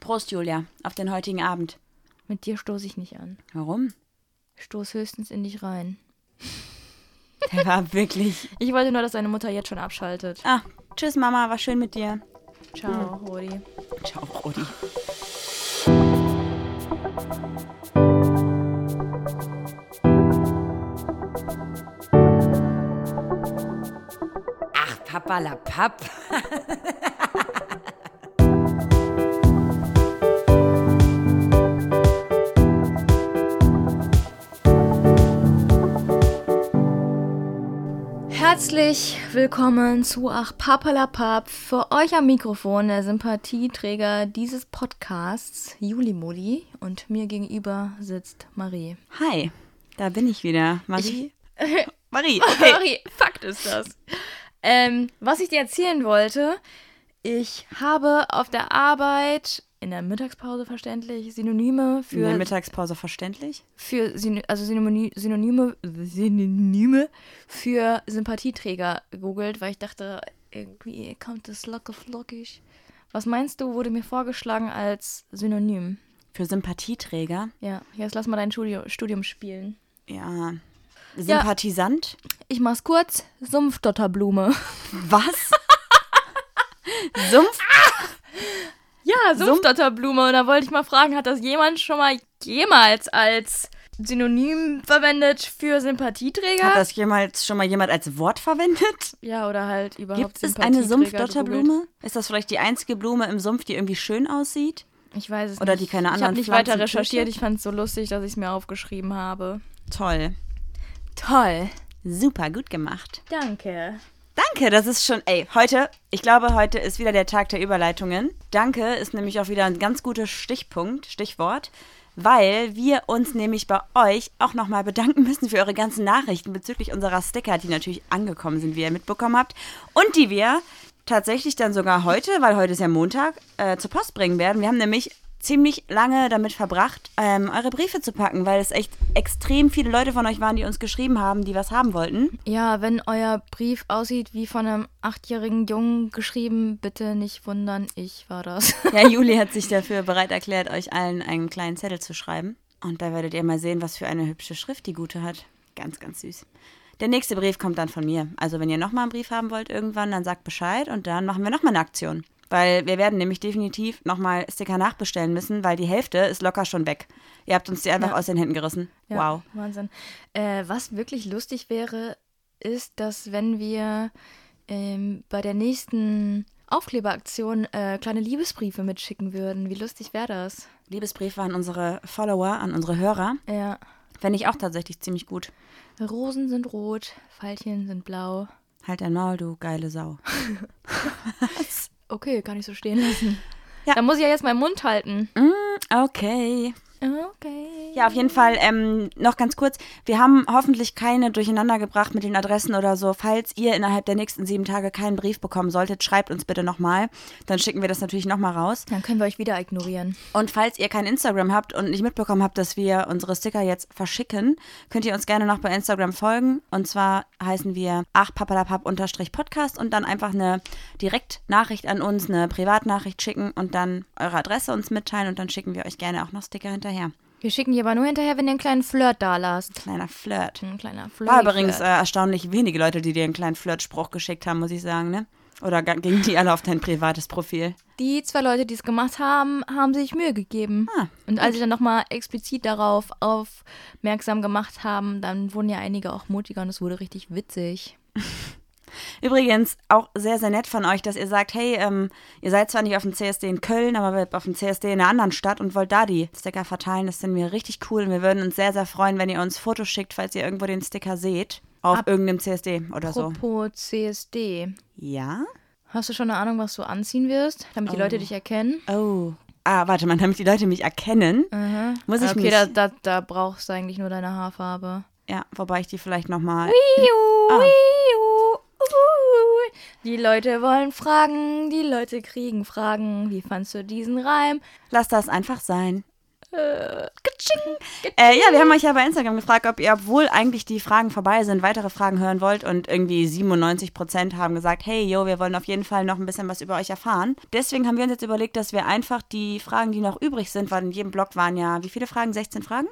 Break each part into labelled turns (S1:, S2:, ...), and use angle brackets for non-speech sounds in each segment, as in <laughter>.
S1: Prost, Julia, auf den heutigen Abend.
S2: Mit dir stoße ich nicht an.
S1: Warum?
S2: Stoß höchstens in dich rein.
S1: Der war <laughs> wirklich.
S2: Ich wollte nur, dass deine Mutter jetzt schon abschaltet.
S1: Ah, tschüss, Mama, war schön mit dir.
S2: Ciao, Rudi.
S1: Ciao, Rudi. Ach, Papa la Papp.
S2: Herzlich willkommen zu Ach Papalapap. Für euch am Mikrofon der Sympathieträger dieses Podcasts, Juli Modi. Und mir gegenüber sitzt Marie.
S1: Hi, da bin ich wieder.
S2: <laughs>
S1: Marie? Marie, <laughs>
S2: Sorry, Fakt ist das. Ähm, was ich dir erzählen wollte, ich habe auf der Arbeit in der Mittagspause verständlich Synonyme
S1: In der
S2: für,
S1: Mittagspause verständlich?
S2: für Syn also Synony Synonyme, Synonyme für Sympathieträger gegoogelt, weil ich dachte, irgendwie kommt das locker flockig. Was meinst du, wurde mir vorgeschlagen als Synonym?
S1: Für Sympathieträger?
S2: Ja, jetzt lass mal dein Studio Studium spielen.
S1: Ja. Sympathisant?
S2: Ich mach's kurz,
S1: <laughs>
S2: Sumpfdotterblume.
S1: Was? Sumpf?
S2: Ja, Sumpfdotterblume. Und da wollte ich mal fragen, hat das jemand schon mal jemals als Synonym verwendet für Sympathieträger?
S1: Hat das jemals schon mal jemand als Wort verwendet?
S2: ja, oder halt überhaupt
S1: Gibt es eine
S2: Sympathieträger gegoogelt?
S1: Sumpfdotterblume? Ist das vielleicht die einzige Blume im Sumpf, die irgendwie schön aussieht?
S2: Ich weiß es
S1: Oder
S2: nicht.
S1: die keine
S2: Ich habe
S1: anderen
S2: nicht
S1: Pflanzen
S2: weiter recherchiert.
S1: züchtet?
S2: Ich fand es so lustig, dass ich es mir aufgeschrieben habe.
S1: Toll.
S2: Toll.
S1: Super, gut gemacht.
S2: Danke.
S1: Danke, das ist schon, ey, heute, ich glaube, heute ist wieder der Tag der Überleitungen. Danke ist nämlich auch wieder ein ganz guter Stichpunkt, Stichwort, weil wir uns nämlich bei euch auch nochmal bedanken müssen für eure ganzen Nachrichten bezüglich unserer Sticker, die natürlich angekommen sind, wie ihr mitbekommen habt und die wir tatsächlich dann sogar heute, weil heute ist ja Montag, äh, zur Post bringen werden. Wir haben nämlich ziemlich lange damit verbracht, ähm, eure Briefe zu packen, weil es echt extrem viele Leute von euch waren, die uns geschrieben haben, die was haben wollten.
S2: Ja, wenn euer Brief aussieht wie von einem achtjährigen Jungen geschrieben, bitte nicht wundern, ich war das.
S1: Ja, Juli hat sich dafür bereit erklärt, euch allen einen kleinen Zettel zu schreiben. Und da werdet ihr mal sehen, was für eine hübsche Schrift die gute hat. Ganz, ganz süß. Der nächste Brief kommt dann von mir. Also wenn ihr nochmal einen Brief haben wollt irgendwann, dann sagt Bescheid und dann machen wir nochmal eine Aktion. Weil wir werden nämlich definitiv nochmal Sticker nachbestellen müssen, weil die Hälfte ist locker schon weg. Ihr habt uns die einfach
S2: Ja.
S1: aus den Händen gerissen.
S2: <laughs> Ja,
S1: Wow.
S2: Wahnsinn. Äh, was wirklich lustig wäre, ist, dass wenn wir ähm, bei der nächsten Aufkleberaktion äh, kleine Liebesbriefe mitschicken würden. Wie lustig wäre das?
S1: Liebesbrief an unsere Follower, an unsere Hörer.
S2: Ja.
S1: Fände ich auch tatsächlich ziemlich gut.
S2: Rosen sind rot, Veilchen sind blau.
S1: Halt dein Maul, du geile Sau.
S2: Okay, kann ich so stehen lassen.
S1: <laughs> Ja. Mhm.
S2: Da muss ich ja jetzt meinen Mund halten.
S1: Okay.
S2: Okay.
S1: Ja, auf jeden Fall ähm, noch ganz kurz. Wir haben hoffentlich keine durcheinander gebracht mit den Adressen oder so. Falls ihr innerhalb der nächsten sieben Tage keinen Brief bekommen solltet, schreibt uns bitte nochmal. Dann schicken wir das natürlich nochmal raus.
S2: Dann können wir euch wieder ignorieren.
S1: Und falls ihr kein Instagram habt und nicht mitbekommen habt, dass wir unsere Sticker jetzt verschicken, könnt ihr uns gerne noch bei Instagram folgen. Und zwar heißen wir achpapalapap-podcast und dann einfach eine Direktnachricht an uns, eine Privatnachricht schicken und dann eure Adresse uns mitteilen und dann schicken wir euch gerne auch noch Sticker hinterher.
S2: Wir schicken die aber nur hinterher, wenn ihr einen kleinen Flirt da lasst.
S1: Kleiner Flirt.
S2: Ein kleiner Flirt.
S1: War übrigens äh, erstaunlich wenige Leute, die dir einen kleinen Flirtspruch geschickt haben, muss ich sagen, ne? Oder ga- gingen die alle auf dein privates Profil?
S2: Die zwei Leute, die es gemacht haben, haben sich Mühe gegeben.
S1: Ah,
S2: und als sie dann nochmal explizit darauf aufmerksam gemacht haben, dann wurden ja einige auch mutiger und es wurde richtig witzig.
S1: Übrigens auch sehr, sehr nett von euch, dass ihr sagt, hey, ähm, ihr seid zwar nicht auf dem CSD in Köln, aber wir- auf dem CSD in einer anderen Stadt und wollt da die Sticker verteilen. Das sind wir richtig cool und wir würden uns sehr, sehr freuen, wenn ihr uns Fotos schickt, falls ihr irgendwo den Sticker seht. Auf irgendeinem CSD oder so.
S2: Apropos CSD.
S1: Ja?
S2: Hast du schon eine Ahnung, was du anziehen wirst, damit die Leute dich erkennen?
S1: Oh. Ah, warte mal, damit die Leute mich erkennen, muss ich
S2: okay,
S1: mich...
S2: da, da, da brauchst du eigentlich nur deine Haarfarbe.
S1: ja, wobei ich die vielleicht nochmal...
S2: Iu,
S1: Ah.
S2: iu, uhuhui. Die Leute wollen Fragen, die Leute kriegen Fragen. Wie fandst du diesen Reim?
S1: Lass das einfach sein. Äh, ja, wir haben euch ja bei Instagram gefragt, ob ihr, obwohl eigentlich die Fragen vorbei sind, weitere Fragen hören wollt. Und irgendwie 97% haben gesagt, hey, yo, wir wollen auf jeden Fall noch ein bisschen was über euch erfahren. Deswegen haben wir uns jetzt überlegt, dass wir einfach die Fragen, die noch übrig sind, weil in jedem Blog waren ja, wie viele Fragen? 16 Fragen?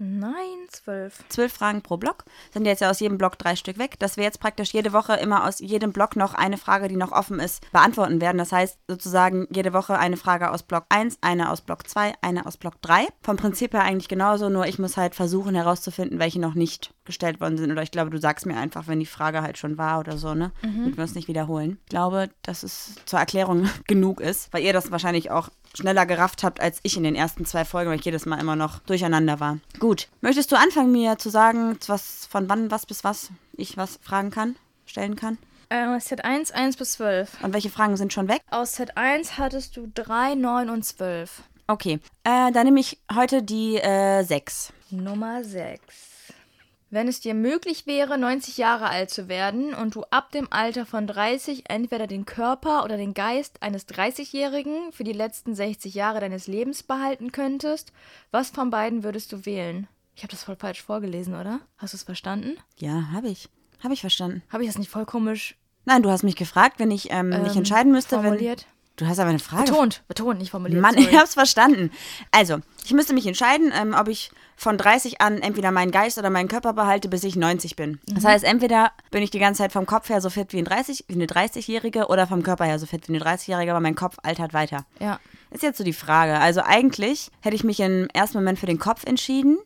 S2: Nein, zwölf.
S1: Zwölf Fragen pro Block. Sind jetzt ja aus jedem Block drei Stück weg, dass wir jetzt praktisch jede Woche immer aus jedem Block noch eine Frage, die noch offen ist, beantworten werden. Das heißt sozusagen jede Woche eine Frage aus Block 1, eine aus Block 2, eine aus Block 3. Vom Prinzip her eigentlich genauso, nur ich muss halt versuchen herauszufinden, welche noch nicht gestellt worden sind. Oder ich glaube, du sagst mir einfach, wenn die Frage halt schon war oder so, ne?
S2: Mhm.
S1: Damit wir uns nicht wiederholen. Ich glaube, dass es zur Erklärung <laughs> genug ist, weil ihr das wahrscheinlich auch schneller gerafft habt als ich in den ersten zwei Folgen, weil ich jedes Mal immer noch durcheinander war. Gut. Möchtest du anfangen, mir zu sagen, was von wann was bis was ich was fragen kann, stellen kann?
S2: Ähm, Set 1, 1 bis 12.
S1: Und welche Fragen sind schon weg?
S2: Aus Set 1 hattest du 3, 9 und 12.
S1: Okay. Äh, dann nehme ich heute die äh, 6.
S2: Nummer 6. Wenn es dir möglich wäre, 90 Jahre alt zu werden und du ab dem Alter von 30 entweder den Körper oder den Geist eines 30-Jährigen für die letzten 60 Jahre deines Lebens behalten könntest, was von beiden würdest du wählen? Ich habe das voll falsch vorgelesen, oder? Hast du es verstanden?
S1: Ja, habe ich. Habe ich verstanden.
S2: Habe ich das nicht voll komisch
S1: Nein, du hast mich gefragt, wenn ich ähm, mich
S2: ähm,
S1: entscheiden müsste. Wenn,
S2: formuliert?
S1: du hast aber eine Frage
S2: Betont, betont, nicht formuliert.
S1: Mann, <laughs>
S2: sorry.
S1: ich hab's verstanden. Also, ich müsste mich entscheiden, ähm, ob ich von 30 an entweder meinen Geist oder meinen Körper behalte, bis ich 90 bin. Das heißt, entweder bin ich die ganze Zeit vom Kopf her so fit wie, ein 30, wie eine 30-Jährige oder vom Körper her so fit wie eine 30-Jährige, aber mein Kopf altert weiter.
S2: Ja.
S1: Ist jetzt so die Frage. Also eigentlich hätte ich mich im ersten Moment für den Kopf entschieden,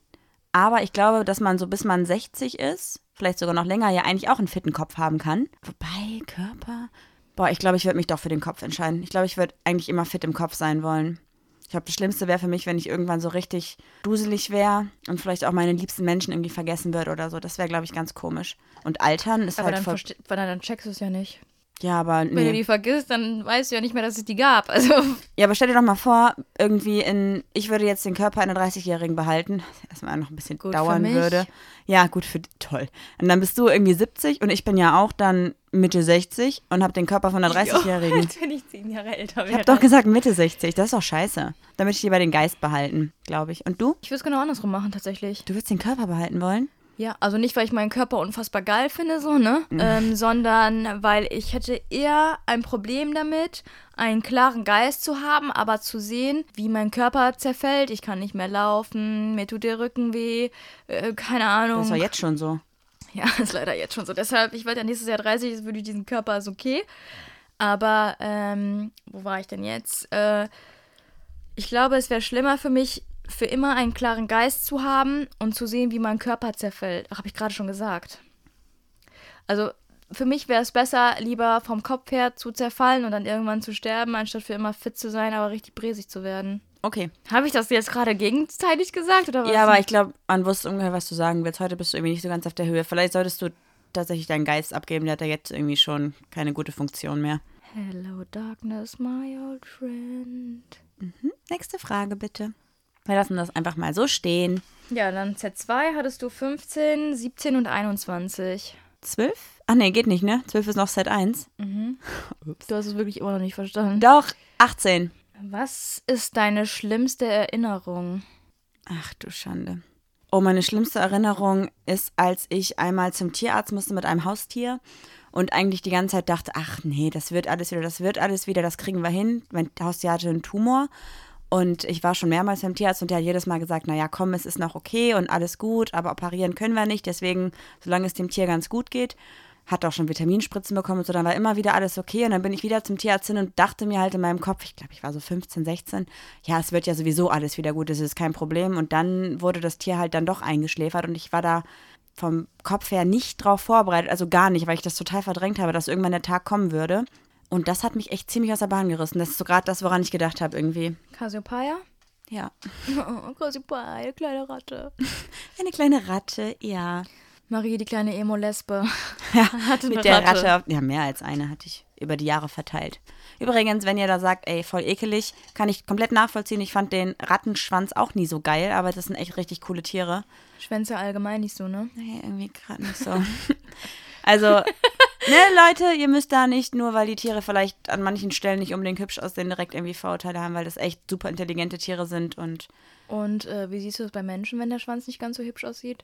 S1: aber ich glaube, dass man so bis man 60 ist, vielleicht sogar noch länger, ja eigentlich auch einen fitten Kopf haben kann. Wobei Körper. Boah, ich glaube, ich würde mich doch für den Kopf entscheiden. Ich glaube, ich würde eigentlich immer fit im Kopf sein wollen. Ich glaube, das Schlimmste wäre für mich, wenn ich irgendwann so richtig duselig wäre und vielleicht auch meine liebsten Menschen irgendwie vergessen würde oder so. Das wäre, glaube ich, ganz komisch. Und altern ist
S2: Aber
S1: halt
S2: dann,
S1: voll.
S2: verste- weil dann, dann checkst du es ja nicht.
S1: Ja, aber
S2: Wenn du
S1: nee.
S2: die vergisst, dann weißt du ja nicht mehr, dass es die gab. Also,
S1: Ja, aber stell dir doch mal vor, irgendwie in, ich würde jetzt den Körper einer 30-Jährigen behalten, was erstmal noch ein bisschen
S2: Gut für
S1: dauern
S2: mich.
S1: würde. Ja, gut für toll. Und dann bist du irgendwie 70 und ich bin ja auch dann Mitte 60 und habe den Körper von einer
S2: <laughs>
S1: 30-Jährigen.
S2: Als wenn ich zehn Jahre älter
S1: Ich
S2: wäre.
S1: habe doch gesagt Mitte 60, das ist doch scheiße. Damit ich lieber den Geist behalten, glaube ich. Und du?
S2: Ich würde es genau andersrum machen, tatsächlich.
S1: Du würdest den Körper behalten wollen?
S2: Ja, also nicht, weil ich meinen Körper unfassbar geil finde, so, ne?
S1: Mhm.
S2: Ähm, sondern weil ich hätte eher ein Problem damit, einen klaren Geist zu haben, aber zu sehen, wie mein Körper zerfällt. Ich kann nicht mehr laufen, mir tut der Rücken weh, äh, keine Ahnung.
S1: Das war jetzt schon so.
S2: Ja, <laughs> ist leider jetzt schon so. Deshalb, ich werde ja nächstes Jahr 30, das würde ich diesen Körper, ist okay. Aber, ähm, wo war ich denn jetzt? Äh, ich glaube, es wäre schlimmer für mich, für immer einen klaren Geist zu haben und zu sehen, wie mein Körper zerfällt. Ach, habe ich gerade schon gesagt. Also, für mich wäre es besser, lieber vom Kopf her zu zerfallen und dann irgendwann zu sterben, anstatt für immer fit zu sein, aber richtig bresig zu werden.
S1: Okay.
S2: Habe ich das jetzt gerade gegenteilig gesagt oder was?
S1: Ja, aber ich glaube, man wusste ungefähr, was du sagen willst. Heute bist du irgendwie nicht so ganz auf der Höhe. Vielleicht solltest du tatsächlich deinen Geist abgeben, der hat ja jetzt irgendwie schon keine gute Funktion mehr.
S2: Hello Darkness, my old friend.
S1: Nächste Frage bitte. Wir lassen das einfach mal so stehen.
S2: Ja, dann Z2 hattest du 15, 17 und 21.
S1: Zwölf? Ach nee, geht nicht, ne? Zwölf ist noch Set 1.
S2: Du hast es wirklich immer noch nicht verstanden.
S1: Doch, 18.
S2: Was ist deine schlimmste Erinnerung?
S1: Ach du Schande. Oh, meine schlimmste Erinnerung ist, als ich einmal zum Tierarzt musste mit einem Haustier und eigentlich die ganze Zeit dachte, ach nee, das wird alles wieder, das wird alles wieder, das kriegen wir hin. Mein Haustier hatte einen Tumor und ich war schon mehrmals beim Tierarzt und der hat jedes Mal gesagt, naja, komm, es ist noch okay und alles gut, aber operieren können wir nicht, deswegen, solange es dem Tier ganz gut geht, hat auch schon Vitaminspritzen bekommen und so, dann war immer wieder alles okay und dann bin ich wieder zum Tierarzt hin und dachte mir halt in meinem Kopf, ich glaube, ich war so 15, 16, ja, es wird ja sowieso alles wieder gut, das ist kein Problem und dann wurde das Tier halt dann doch eingeschläfert und ich war da vom Kopf her nicht drauf vorbereitet, also gar nicht, weil ich das total verdrängt habe, dass irgendwann der Tag kommen würde und das hat mich echt ziemlich aus der Bahn gerissen, das ist so gerade das, woran ich gedacht habe irgendwie,
S2: Cassiopeia?
S1: ja.
S2: Oh, <laughs> Cassiopeia, kleine Ratte.
S1: Eine kleine Ratte, ja.
S2: Marie, die kleine Emo-Lesbe. <laughs> Hatte
S1: mit
S2: eine
S1: der
S2: Ratte.
S1: Ratte. auf- Ja, mehr als eine hatte ich über die Jahre verteilt. Übrigens, wenn ihr da sagt, ey, voll ekelig, kann ich komplett nachvollziehen. Ich fand den Rattenschwanz auch nie so geil, aber das sind echt richtig coole Tiere.
S2: Schwänze allgemein nicht so, ne?
S1: Nee, irgendwie gerade nicht so. <laughs> also, ne, Leute, ihr müsst da nicht nur, weil die Tiere vielleicht an manchen Stellen nicht unbedingt hübsch aussehen, direkt irgendwie Vorurteile haben, weil das echt super intelligente Tiere sind und
S2: Und äh, wie siehst du es bei Menschen, wenn der Schwanz nicht ganz so hübsch aussieht?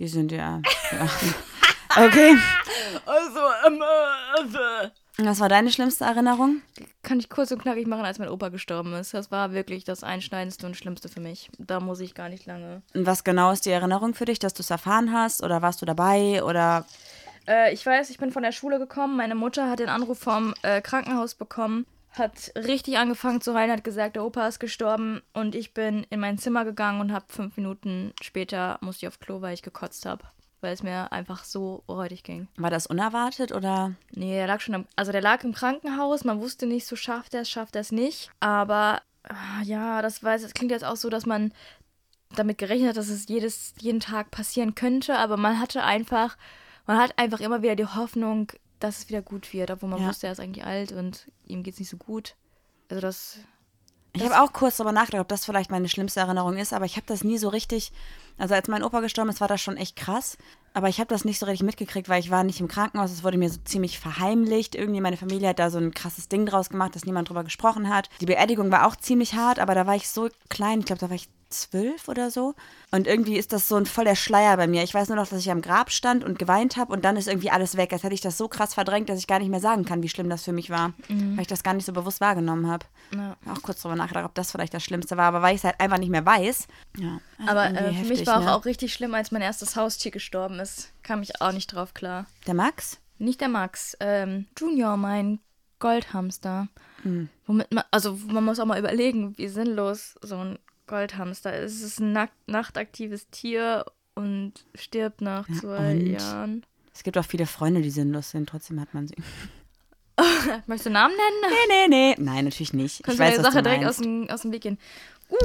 S1: die sind ja.
S2: <laughs>
S1: ja. Okay,
S2: Also, ähm, äh, äh.
S1: was war deine schlimmste Erinnerung?
S2: Kann ich kurz und knackig machen, als mein Opa gestorben ist. Das war wirklich das Einschneidendste und Schlimmste für mich. Da muss ich gar nicht lange.
S1: Und was genau ist die Erinnerung für dich, dass du es erfahren hast oder warst du dabei oder
S2: Äh, ich weiß, ich bin von der Schule gekommen. Meine Mutter hat den Anruf vom äh, Krankenhaus bekommen, hat richtig angefangen zu heulen, hat gesagt, der Opa ist gestorben. Und ich bin in mein Zimmer gegangen und habe fünf Minuten später musste ich auf Klo, weil ich gekotzt habe. Weil es mir einfach so räudig ging.
S1: war das unerwartet oder
S2: Nee, der lag schon am, also der lag im Krankenhaus. Man wusste nicht, so schafft er es, schafft er es nicht. Aber ah, ja, das weiß, das klingt jetzt auch so, dass man damit gerechnet hat, dass es jedes, jeden Tag passieren könnte. Aber man hatte einfach, man hat einfach immer wieder die Hoffnung, dass es wieder gut wird, obwohl man
S1: Ja.
S2: wusste, er ist eigentlich alt und ihm geht es nicht so gut. Also das,
S1: Ich habe auch kurz darüber nachgedacht, ob das vielleicht meine schlimmste Erinnerung ist, aber ich habe das nie so richtig. Also als mein Opa gestorben ist, war das schon echt krass. Aber ich habe das nicht so richtig mitgekriegt, weil ich war nicht im Krankenhaus. Es wurde mir so ziemlich verheimlicht. Irgendwie meine Familie hat da so ein krasses Ding draus gemacht, dass niemand drüber gesprochen hat. Die Beerdigung war auch ziemlich hart, aber da war ich so klein. Ich glaube, da war ich zwölf oder so. Und irgendwie ist das so ein voller Schleier bei mir. Ich weiß nur noch, dass ich am Grab stand und geweint habe und dann ist irgendwie alles weg. Als hätte ich das so krass verdrängt, dass ich gar nicht mehr sagen kann, wie schlimm das für mich war. Weil ich das gar nicht so bewusst wahrgenommen habe
S2: Mhm. ja.
S1: auch kurz drüber nachgedacht, ob das vielleicht das Schlimmste war, aber weil ich es halt einfach nicht mehr weiß. Ja, also
S2: Aber
S1: irgendwie
S2: äh, für
S1: heftig,
S2: mich war
S1: ne?
S2: auch, auch richtig schlimm, als mein erstes Haustier gestorben ist. Kam ich auch nicht drauf klar.
S1: Der Max?
S2: Nicht der Max, ähm, Junior, mein Goldhamster.
S1: Hm.
S2: Womit man, also man muss auch mal überlegen, wie sinnlos so ein Goldhamster ist. Es ist ein nack- nachtaktives Tier und stirbt nach zwei
S1: und?
S2: Jahren.
S1: Es gibt auch viele Freunde, die sinnlos sind, trotzdem hat man sie.
S2: Äh, Möchtest du Namen nennen?
S1: Nee, nee, nee. Nein, natürlich nicht.
S2: Kannst
S1: ich weiß,
S2: du
S1: was
S2: der Sache
S1: du
S2: direkt aus
S1: meinst.
S2: dem, aus dem Weg gehen.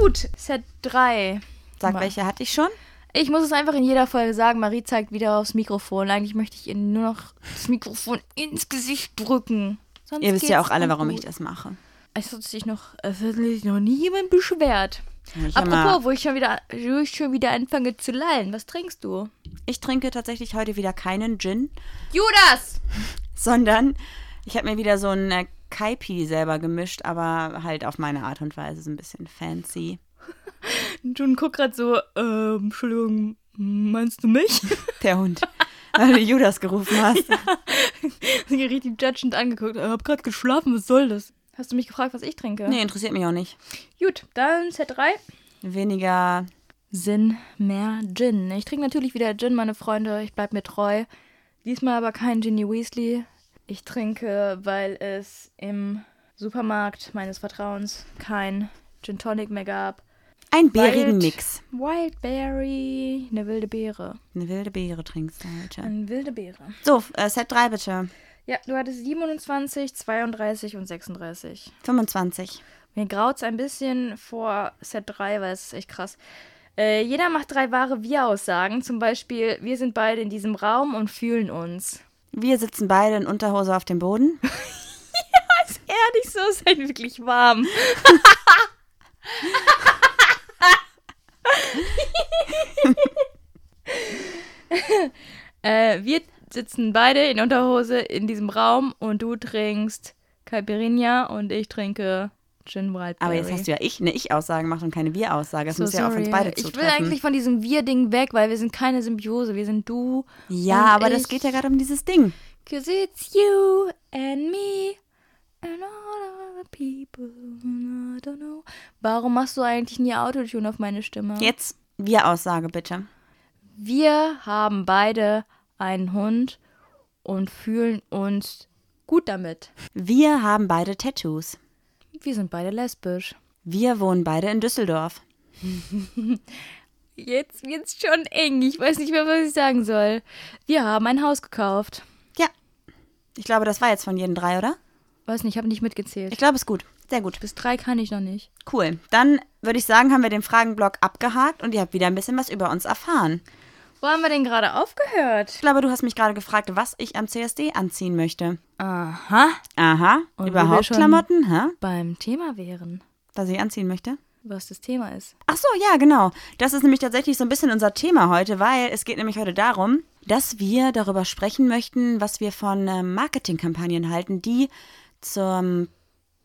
S2: Gut, Set 3.
S1: Sag, welche hatte ich schon?
S2: Ich muss es einfach in jeder Folge sagen, Marie zeigt wieder aufs Mikrofon. Eigentlich möchte ich ihr nur noch das Mikrofon ins Gesicht drücken. Sonst
S1: Ihr wisst ja
S2: geht's
S1: auch alle,
S2: schon
S1: warum
S2: gut.
S1: ich das mache.
S2: Es hat sich noch, es hat sich noch nie jemand beschwert.
S1: Ich, hab mal-
S2: Apropos, wo ich schon wieder, wo ich schon wieder anfange zu lallen. Was trinkst du?
S1: ich trinke tatsächlich heute wieder keinen Gin,
S2: Judas!
S1: sondern ich habe mir wieder so einen äh, Kaipi selber gemischt, aber halt auf meine Art und Weise so ein bisschen fancy.
S2: Jun guckt gerade so, ähm, Entschuldigung, meinst du mich?
S1: Der
S2: <laughs>
S1: Hund, weil du Judas gerufen hast. ne?
S2: Sie hat richtig judgend angeguckt. Ich hab gerade geschlafen, was soll das? Hast du mich gefragt, was ich trinke?
S1: Nee, interessiert mich auch nicht.
S2: Gut, dann Z3.
S1: Weniger
S2: Sinn, mehr Gin. Ich trinke natürlich wieder Gin, meine Freunde. Ich bleib mir treu. Diesmal aber kein Ginny Weasley. Ich trinke, weil es im Supermarkt meines Vertrauens kein Gin Tonic mehr gab.
S1: einen bierigen
S2: Wild-
S1: Mix.
S2: Wildberry, eine wilde Beere.
S1: Eine wilde Beere trinkst du heute.
S2: Eine wilde Beere.
S1: So, äh, Set 3 bitte.
S2: Ja, du hattest 27, 32 und 36.
S1: 25.
S2: Mir graut's ein bisschen vor Set 3, weil es ist echt krass. Äh, jeder macht drei wahre Wir-Aussagen. Zum Beispiel, wir sind beide in diesem Raum und fühlen uns.
S1: Wir sitzen beide in Unterhose auf dem
S2: <laughs>
S1: Boden.
S2: Ehrlich, so ist halt wirklich warm. <laughs> äh, wir sitzen beide in Unterhose in diesem Raum und du trinkst Caipirinha und ich trinke Gin Wildberry.
S1: Aber jetzt hast du ja ich eine Ich-Aussage gemacht und keine Wir-Aussage. Das
S2: So
S1: muss ja auf uns
S2: sorry.
S1: beide
S2: Ich will
S1: zutreffen.
S2: eigentlich von diesem Wir-Ding weg, weil wir sind keine Symbiose. Wir sind du. und
S1: ja, aber das
S2: ich.
S1: geht ja gerade um dieses Ding.
S2: Cause it's you and me and all other people. and I don't know. Warum machst du eigentlich nie Autotune auf meine Stimme?
S1: Jetzt Wir-Aussage bitte.
S2: Wir haben beide einen Hund und fühlen uns gut damit.
S1: Wir haben beide Tattoos.
S2: Wir sind beide lesbisch.
S1: Wir wohnen beide in Düsseldorf.
S2: Jetzt wird's schon eng. Ich weiß nicht mehr, was ich sagen soll. Wir haben ein Haus gekauft.
S1: Ja. Ich glaube, das war jetzt von jeden drei, oder?
S2: Weiß nicht, ich habe nicht mitgezählt.
S1: Ich glaube, es ist gut. Sehr gut.
S2: Bis drei kann ich noch nicht.
S1: Cool. Dann würde ich sagen, haben wir den Fragenblock abgehakt und ihr habt wieder ein bisschen was über uns erfahren.
S2: Wo haben wir denn gerade aufgehört?
S1: Ich glaube, du hast mich gerade gefragt, was ich am CSD anziehen möchte.
S2: Aha.
S1: Aha,
S2: Und wo wir
S1: überhaupt
S2: schon-
S1: Klamotten, hä?
S2: Beim Thema wären,
S1: Was ich anziehen möchte?
S2: was das Thema ist.
S1: Ach so, ja, genau. Das ist nämlich tatsächlich so ein bisschen unser Thema heute, weil es geht nämlich heute darum, dass wir darüber sprechen möchten, was wir von äh, Marketingkampagnen halten, die zum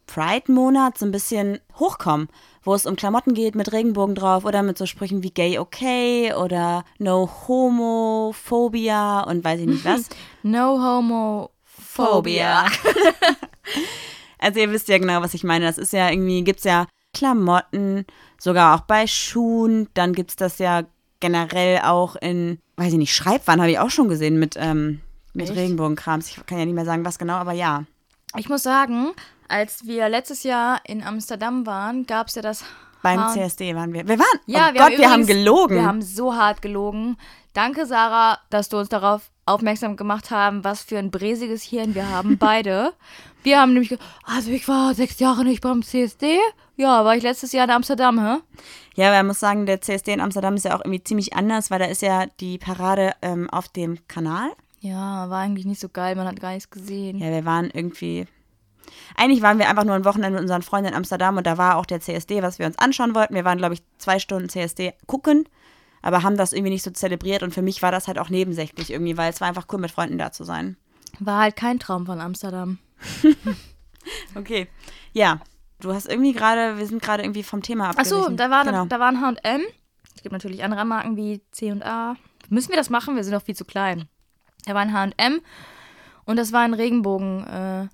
S1: Pride-Monat so ein bisschen hochkommen, wo es um Klamotten geht mit Regenbogen drauf oder mit so Sprüchen wie gay okay oder no homophobia und weiß ich nicht was.
S2: No homophobia.
S1: <laughs> Also ihr wisst ja genau, was ich meine. Das ist ja irgendwie, gibt es ja Klamotten, sogar auch bei Schuhen. Dann gibt es das ja generell auch in, weiß ich nicht, Schreibwaren habe ich auch schon gesehen mit, ähm, mit
S2: Echt?
S1: Regenbogenkrams. Ich kann ja nicht mehr sagen, was genau, aber ja.
S2: Ich muss sagen, als wir letztes Jahr in Amsterdam waren, gab es ja das.
S1: Beim
S2: H&M
S1: CSD waren wir. Wir waren.
S2: Ja,
S1: oh
S2: wir
S1: Gott,
S2: haben
S1: wir haben
S2: übrigens-
S1: gelogen.
S2: Wir haben so hart gelogen. Danke, Sarah, dass du uns darauf aufmerksam gemacht haben, was für ein bräsiges Hirn wir haben, <laughs> beide. Wir haben nämlich, ge- also ich war sechs Jahre nicht beim CSD. Ja, war ich letztes Jahr in Amsterdam, hä?
S1: ja, aber man muss sagen, der CSD in Amsterdam ist ja auch irgendwie ziemlich anders, weil da ist ja die Parade ähm, auf dem Kanal.
S2: Ja, war eigentlich nicht so geil, man hat gar nichts gesehen.
S1: Ja, wir waren irgendwie. Eigentlich waren wir einfach nur ein Wochenende mit unseren Freunden in Amsterdam und da war auch der CSD, was wir uns anschauen wollten. Wir waren, glaube ich, zwei Stunden CSD gucken, aber haben das irgendwie nicht so zelebriert und für mich war das halt auch nebensächlich irgendwie, weil es war einfach cool, mit Freunden da zu sein.
S2: War halt kein Traum von Amsterdam.
S1: Okay. Ja, du hast irgendwie gerade, wir sind gerade irgendwie vom Thema abgewichen.
S2: Achso, da, war,
S1: genau.
S2: da waren H&M. Es gibt natürlich andere Marken wie C&A. Müssen wir das machen? Wir sind doch viel zu klein. Da waren H&M und das war ein Regenbogen äh,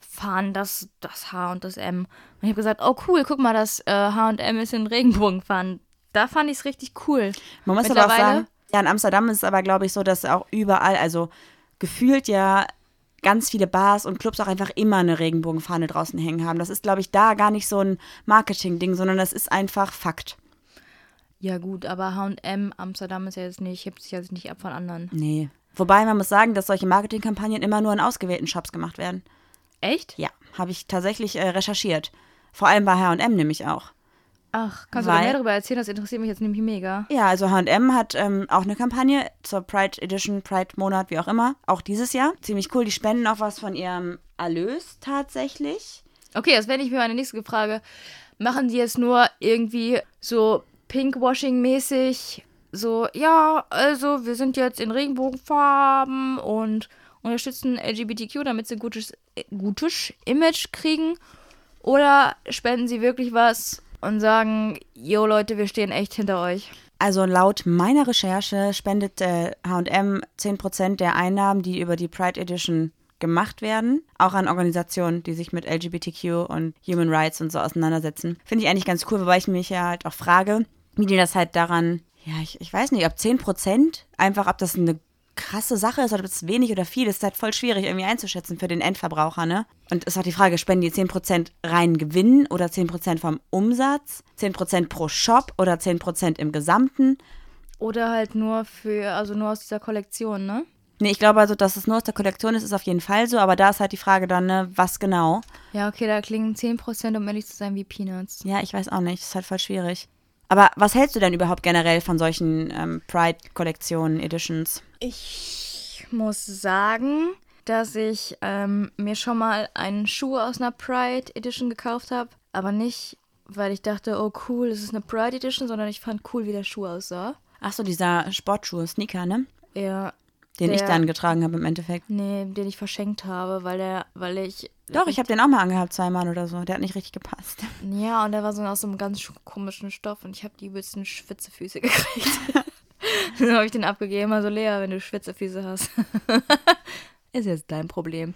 S2: Fahnen, das, das H und das M. Und ich habe gesagt, oh cool, guck mal, das äh, H&M ist in Regenbogenfahnen. Da fand ich es richtig cool.
S1: Man muss aber auch
S2: Mittlerweile-
S1: sagen, ja, in Amsterdam ist es aber, glaube ich, so, dass auch überall, also gefühlt ja ganz viele Bars und Clubs auch einfach immer eine Regenbogenfahne draußen hängen haben. Das ist, glaube ich, da gar nicht so ein Marketing-Ding, sondern das ist einfach Fakt.
S2: Ja gut, aber H&M Amsterdam ist ja jetzt nicht, hebt sich jetzt nicht ab von anderen.
S1: Nee. Wobei man muss sagen, dass solche Marketingkampagnen immer nur in ausgewählten Shops gemacht werden.
S2: Echt?
S1: Ja, habe ich tatsächlich äh, recherchiert. Vor allem bei H&M nämlich auch.
S2: Ach, kannst du
S1: Weil-
S2: mir mehr darüber erzählen? Das interessiert mich jetzt nämlich mega.
S1: Ja, also H&M hat ähm, auch eine Kampagne zur Pride Edition, Pride Monat, wie auch immer, auch dieses Jahr. Ziemlich cool, die spenden auch was von ihrem Erlös tatsächlich.
S2: Okay, das wäre nicht mehr meine nächste Frage. Machen die jetzt nur irgendwie so Pinkwashing-mäßig? So, ja, also wir sind jetzt in Regenbogenfarben und unterstützen LGBTQ, damit sie ein gutes, äh, gutes Image kriegen. Oder spenden sie wirklich was und sagen, yo Leute, wir stehen echt hinter euch.
S1: Also laut meiner Recherche spendet äh, H&M 10% der Einnahmen, die über die Pride Edition gemacht werden, auch an Organisationen, die sich mit LGBTQ und Human Rights und so auseinandersetzen. Finde ich eigentlich ganz cool, wobei ich mich ja halt auch frage, wie die das halt daran, ja, ich, ich weiß nicht, ob 10% einfach, ob das eine krasse Sache ist oder ob es wenig oder viel ist, ist halt voll schwierig irgendwie einzuschätzen für den Endverbraucher, ne? Und ist auch die Frage, spenden die 10% rein Gewinn oder 10% vom Umsatz, 10% pro Shop oder 10% im Gesamten?
S2: Oder halt nur für, also nur aus dieser Kollektion, ne?
S1: Nee, ich glaube also, dass es nur aus der Kollektion ist, ist auf jeden Fall so, aber da ist halt die Frage dann, ne, was genau?
S2: Ja, okay, da klingen 10%, um ehrlich zu sein, wie Peanuts.
S1: Ja, ich weiß auch nicht, ist halt voll schwierig. Aber was hältst du denn überhaupt generell von solchen ähm, Pride-Kollektionen, Editions?
S2: Ich muss sagen, dass ich ähm, mir schon mal einen Schuh aus einer Pride Edition gekauft habe, aber nicht, weil ich dachte, oh cool, es ist eine Pride Edition, sondern ich fand cool, wie der Schuh aussah.
S1: Ach so, dieser Sportschuh, Sneaker, ne?
S2: Ja,
S1: Den ich
S2: Der-
S1: dann getragen habe im Endeffekt.
S2: nee, den ich verschenkt habe, weil der, weil ich
S1: Doch, ich habe den auch mal angehabt, zweimal oder so. Der hat nicht richtig gepasst.
S2: ja und der war so aus so einem ganz sch- komischen Stoff und ich habe die übelsten Schwitzefüße <laughs> gekriegt.
S1: <laughs>
S2: Dann habe ich den abgegeben, also Lea, wenn du Schwitzefüße hast. <laughs> Ist jetzt dein Problem.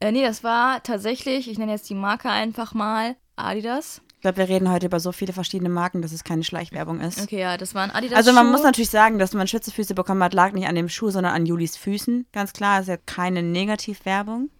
S2: Äh, nee, das war tatsächlich, ich nenne jetzt die Marke einfach mal Adidas.
S1: Ich glaube, wir reden heute über so viele verschiedene Marken, dass es keine Schleichwerbung ist.
S2: Okay, ja, das war ein Adidas.
S1: Also man
S2: Schuh.
S1: muss natürlich sagen, dass man Schwitzefüße bekommen hat, lag nicht an dem Schuh, sondern an Julis Füßen. Ganz klar, ist ja keine Negativwerbung.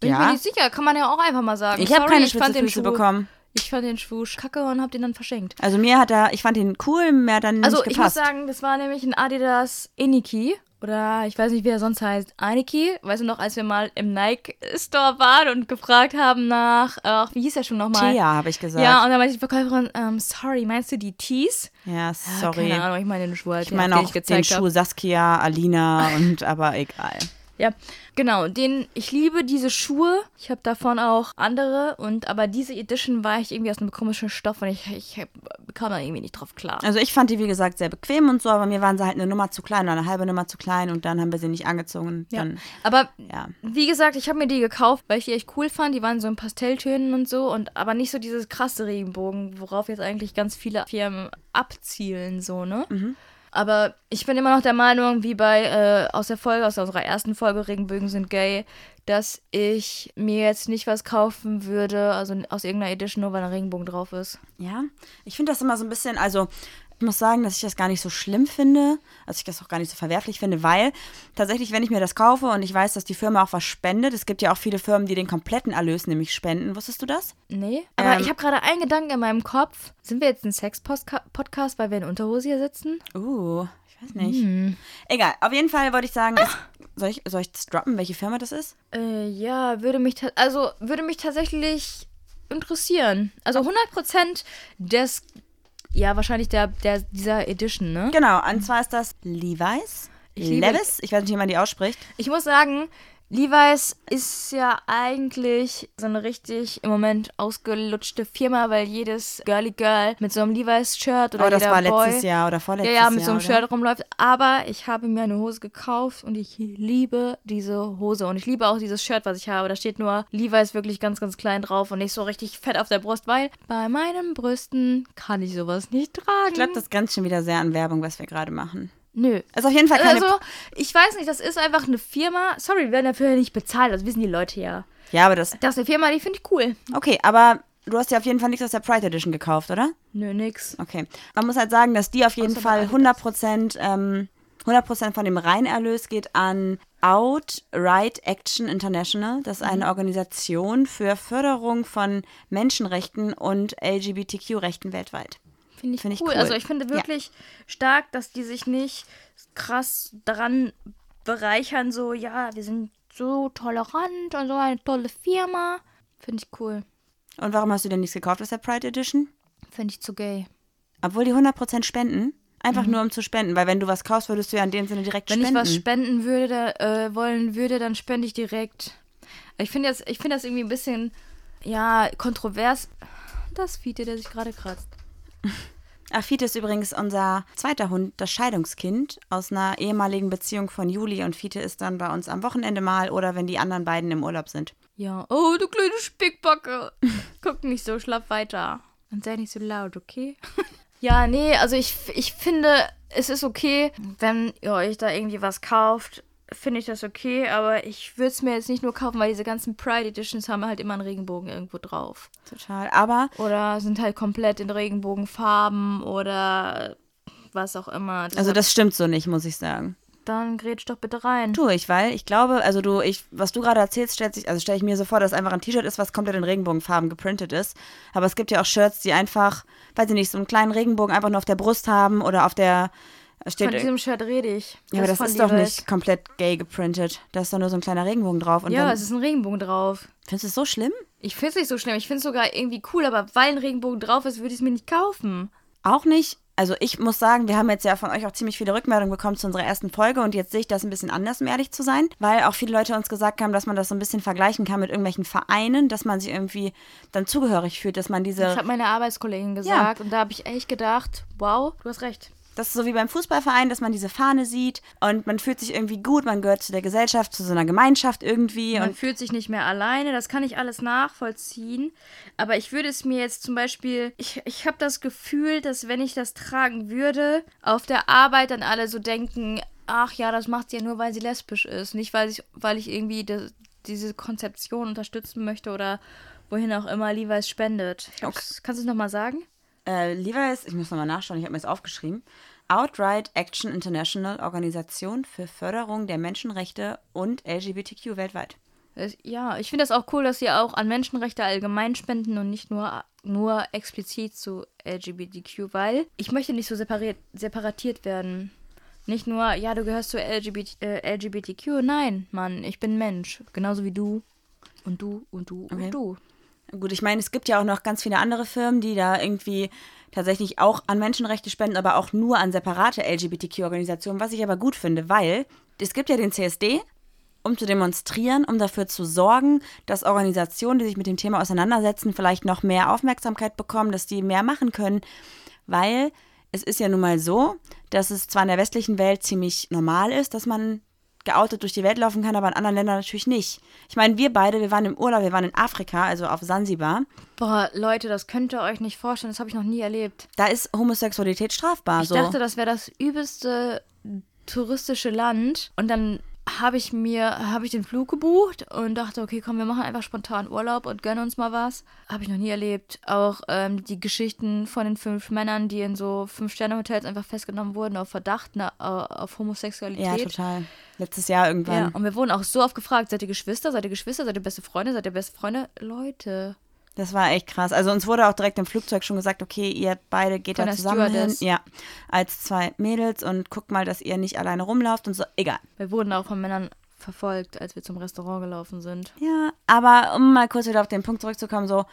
S2: Bin ich
S1: ja.
S2: mir nicht sicher, kann man ja auch einfach mal sagen.
S1: Ich habe
S2: Sorry,
S1: keine
S2: ich fand den
S1: Schwitzefüße
S2: Schuh-
S1: bekommen.
S2: Ich fand den Schuh kacke und habe den dann verschenkt.
S1: Also mir hat er, ich fand ihn cool, mir hat er nicht
S2: Also ich muss
S1: gepasst.
S2: sagen, das war nämlich ein Adidas Iniki. Oder ich weiß nicht, wie er sonst heißt. Aniki. Weißt du noch, als wir mal im Nike-Store waren und gefragt haben nach, ach, wie hieß der Schuh nochmal?
S1: Thea, habe ich gesagt.
S2: Ja,
S1: Ja,
S2: und dann meinte die Verkäuferin, ähm, sorry, meinst du die Tees? Ja,
S1: sorry.
S2: Keine Ahnung, ich meine Ah, den Schuh halt,
S1: ich
S2: den
S1: meine
S2: den
S1: auch den
S2: gezeigt
S1: Schuh
S2: habe.
S1: Saskia, Alina und aber egal.
S2: Ja, genau. Den, ich liebe diese Schuhe. Ich habe davon auch andere. Und aber diese Edition war ich irgendwie aus einem komischen Stoff und ich, ich hab- kam da irgendwie nicht drauf klar.
S1: Also ich fand die, wie gesagt, sehr bequem und so, aber mir waren sie halt eine Nummer zu klein oder eine halbe Nummer zu klein und dann haben wir sie nicht angezogen.
S2: Ja.
S1: Dann,
S2: Aber
S1: ja.
S2: wie gesagt, ich habe mir die gekauft, weil ich die echt cool fand. Die waren so in Pastelltönen und so und aber nicht so dieses krasse Regenbogen, worauf jetzt eigentlich ganz viele Firmen abzielen so, ne?
S1: Mhm.
S2: Aber ich bin immer noch der Meinung, wie bei äh, aus der Folge, aus unserer ersten Folge Regenbögen sind gay, dass ich mir jetzt nicht was kaufen würde, also aus irgendeiner Edition, nur weil ein Regenbogen drauf ist.
S1: Ja, ich finde das immer so ein bisschen, also ich muss sagen, dass ich das gar nicht so schlimm finde, also ich das auch gar nicht so verwerflich finde, weil tatsächlich, wenn ich mir das kaufe und ich weiß, dass die Firma auch was spendet, es gibt ja auch viele Firmen, die den kompletten Erlös nämlich spenden, wusstest du das?
S2: Nee. Aber
S1: Ähm.
S2: ich habe gerade einen Gedanken in meinem Kopf. Sind wir jetzt ein Sex-Podcast, weil wir in Unterhose hier sitzen?
S1: Uh, ich weiß nicht.
S2: Hm.
S1: Egal, auf jeden Fall wollte ich sagen,
S2: Ah.
S1: es- soll ich soll ich das droppen, welche Firma das ist?
S2: Äh, ja, würde mich, ta- also, würde mich tatsächlich interessieren. Also 100% des, ja, wahrscheinlich der, der, dieser Edition, ne?
S1: Genau, und zwar ist das Levi's.
S2: Ich liebe-
S1: Levis, ich weiß nicht, wie man die ausspricht.
S2: Ich muss sagen, Levi's ist ja eigentlich so eine richtig im Moment ausgelutschte Firma, weil jedes Girly Girl mit so einem Levi's-Shirt oder
S1: Aber das
S2: jeder
S1: war
S2: Boy,
S1: letztes Jahr oder vorletztes
S2: Ja,
S1: Jahr.
S2: ja, mit so einem
S1: oder?
S2: Shirt rumläuft. Aber ich habe mir eine Hose gekauft und ich liebe diese Hose. Und ich liebe auch dieses Shirt, was ich habe. Da steht nur Levi's wirklich ganz, ganz klein drauf und nicht so richtig fett auf der Brust, weil bei meinen Brüsten kann ich sowas nicht tragen.
S1: Ich glaube, das grenzt schon wieder sehr an Werbung, was wir gerade machen.
S2: Nö.
S1: Also auf jeden Fall keine
S2: Also, ich weiß nicht, das ist einfach eine Firma. Sorry, wir werden dafür ja nicht bezahlt, das wissen die Leute ja.
S1: Ja, aber das.
S2: Das ist eine Firma, die finde ich cool.
S1: Okay, aber du hast ja auf jeden Fall nichts aus der Pride Edition gekauft, oder?
S2: Nö, nix.
S1: Okay. Man muss halt sagen, dass die auf jeden
S2: Außer bei
S1: Fall
S2: Adidas.
S1: 100%, ähm, 100 von dem Reinerlös geht an Out Right Action International. Das ist
S2: Mhm.
S1: eine Organisation für Förderung von Menschenrechten und LGBTQ-Rechten weltweit.
S2: Finde ich,
S1: Finde ich
S2: cool.
S1: cool.
S2: Also ich finde
S1: Ja.
S2: wirklich stark, dass die sich nicht krass daran bereichern, so, ja, wir sind so tolerant und so eine tolle Firma. Finde ich cool.
S1: Und warum hast du denn nichts gekauft aus der Pride Edition?
S2: Finde ich zu gay.
S1: Obwohl die 100% spenden. Einfach nur, um zu spenden. Weil wenn du was kaufst, würdest du ja in dem Sinne direkt
S2: Mhm. Wenn
S1: spenden.
S2: ich was spenden würde, da, äh, wollen würde, dann spende ich direkt. Ich finde das, ich finde das irgendwie ein bisschen, ja, kontrovers. Das Fiete, der sich gerade kratzt.
S1: Afite ist übrigens unser zweiter Hund, das Scheidungskind aus einer ehemaligen Beziehung von Juli. Und Fiete ist dann bei uns am Wochenende mal oder wenn die anderen beiden im Urlaub sind.
S2: Ja. Oh, du kleine Spickbacke. Guck nicht so, schlaf weiter. Und sei nicht so laut, okay? <laughs> ja, nee, also ich, ich finde, es ist okay, wenn ihr euch da irgendwie was kauft, finde ich das okay, aber ich würde es mir jetzt nicht nur kaufen, weil diese ganzen Pride Editions haben halt immer einen Regenbogen irgendwo drauf.
S1: Total. Aber
S2: Oder sind halt komplett in Regenbogenfarben oder was auch immer.
S1: also das stimmt so nicht, muss ich sagen.
S2: dann grätsch doch bitte rein.
S1: Tue ich, weil ich glaube, also du, ich, was du gerade erzählst, stellt sich, also stelle ich mir so vor, dass einfach ein T-Shirt ist, was komplett in Regenbogenfarben geprintet ist. Aber es gibt ja auch Shirts, die einfach, weiß ich nicht, so einen kleinen Regenbogen einfach nur auf der Brust haben oder auf der steht.
S2: Von diesem Shirt rede ich.
S1: ja, aber das
S2: von
S1: ist doch
S2: Levi's.
S1: nicht komplett gay geprintet. Da ist doch nur so ein kleiner Regenbogen drauf. Und
S2: Ja,
S1: dann,
S2: es ist ein Regenbogen drauf.
S1: findest du es so schlimm?
S2: Ich finde es nicht so schlimm. Ich finde es sogar irgendwie cool, aber weil ein Regenbogen drauf ist, würde ich es mir nicht kaufen.
S1: auch nicht. Also ich muss sagen, wir haben jetzt ja von euch auch ziemlich viele Rückmeldungen bekommen zu unserer ersten Folge und jetzt sehe ich das ein bisschen anders, um ehrlich zu sein, weil auch viele Leute uns gesagt haben, dass man das so ein bisschen vergleichen kann mit irgendwelchen Vereinen, dass man sich irgendwie dann zugehörig fühlt, dass man
S2: Das
S1: diese,
S2: hat meine Arbeitskollegin gesagt und da habe ich echt gedacht, wow, du hast recht.
S1: das ist so wie beim Fußballverein, dass man diese Fahne sieht und man fühlt sich irgendwie gut, man gehört zu der Gesellschaft, zu so einer Gemeinschaft irgendwie
S2: Man
S1: und
S2: fühlt sich nicht mehr alleine, das kann ich alles nachvollziehen. Aber ich würde es mir jetzt zum Beispiel, ich, ich habe das Gefühl, dass wenn ich das tragen würde, auf der Arbeit dann alle so denken, ach ja, das macht sie ja nur, weil sie lesbisch ist. Nicht, weil ich, weil ich irgendwie das, diese Konzeption unterstützen möchte oder wohin auch immer Levi's spendet. Ich hab's- Kannst du es nochmal sagen?
S1: äh, Levi's, ich muss nochmal nachschauen, ich habe mir das aufgeschrieben, Outright Action International, Organisation für Förderung der Menschenrechte und LGBTQ weltweit.
S2: Es- Ja, ich finde das auch cool, dass sie auch an Menschenrechte allgemein spenden und nicht nur, nur explizit zu LGBTQ, weil ich möchte nicht so separiert, separatiert werden. Nicht nur, ja, du gehörst zu LGBT, äh, LGBTQ. Nein, Mann, ich bin Mensch. Genauso wie du und du und du
S1: Okay.
S2: und du.
S1: Gut, ich meine, es gibt ja auch noch ganz viele andere Firmen, die da irgendwie tatsächlich auch an Menschenrechte spenden, aber auch nur an separate LGBTQ-Organisationen, was ich aber gut finde, weil es gibt ja den CSD um zu demonstrieren, um dafür zu sorgen, dass Organisationen, die sich mit dem Thema auseinandersetzen, vielleicht noch mehr Aufmerksamkeit bekommen, dass die mehr machen können, weil es ist ja nun mal so, dass es zwar in der westlichen Welt ziemlich normal ist, dass man geoutet durch die Welt laufen kann, aber in anderen Ländern natürlich nicht. Ich meine, wir beide, wir waren im Urlaub, wir waren in Afrika, also auf Sansibar.
S2: Boah, Leute, das könnt ihr euch nicht vorstellen, das habe ich noch nie erlebt.
S1: Da ist Homosexualität strafbar.
S2: Ich
S1: so.
S2: dachte, das wäre das übelste touristische Land und dann habe ich mir habe ich den Flug gebucht und dachte, okay, komm, wir machen einfach spontan Urlaub und gönnen uns mal was. Habe ich noch nie erlebt. Auch ähm, die Geschichten von den fünf Männern, die in so Fünf-Sterne-Hotels einfach festgenommen wurden auf Verdacht ne, au- auf Homosexualität.
S1: ja, total. Letztes Jahr
S2: Ja,
S1: irgendwann.
S2: und wir wurden auch so oft gefragt, seid ihr Geschwister, seid ihr Geschwister, seid ihr beste Freunde, seid ihr beste Freunde? Leute.
S1: Das war echt krass. Also uns wurde auch direkt im Flugzeug schon gesagt, okay, ihr beide geht
S2: Von
S1: da
S2: der
S1: zusammen hin.
S2: Stewardess.
S1: Ja, als zwei Mädels und guckt mal, dass ihr nicht alleine rumlauft und so. Egal.
S2: Wir wurden auch von Männern verfolgt, als wir zum Restaurant gelaufen sind.
S1: Ja, aber um mal kurz wieder auf den Punkt zurückzukommen, so,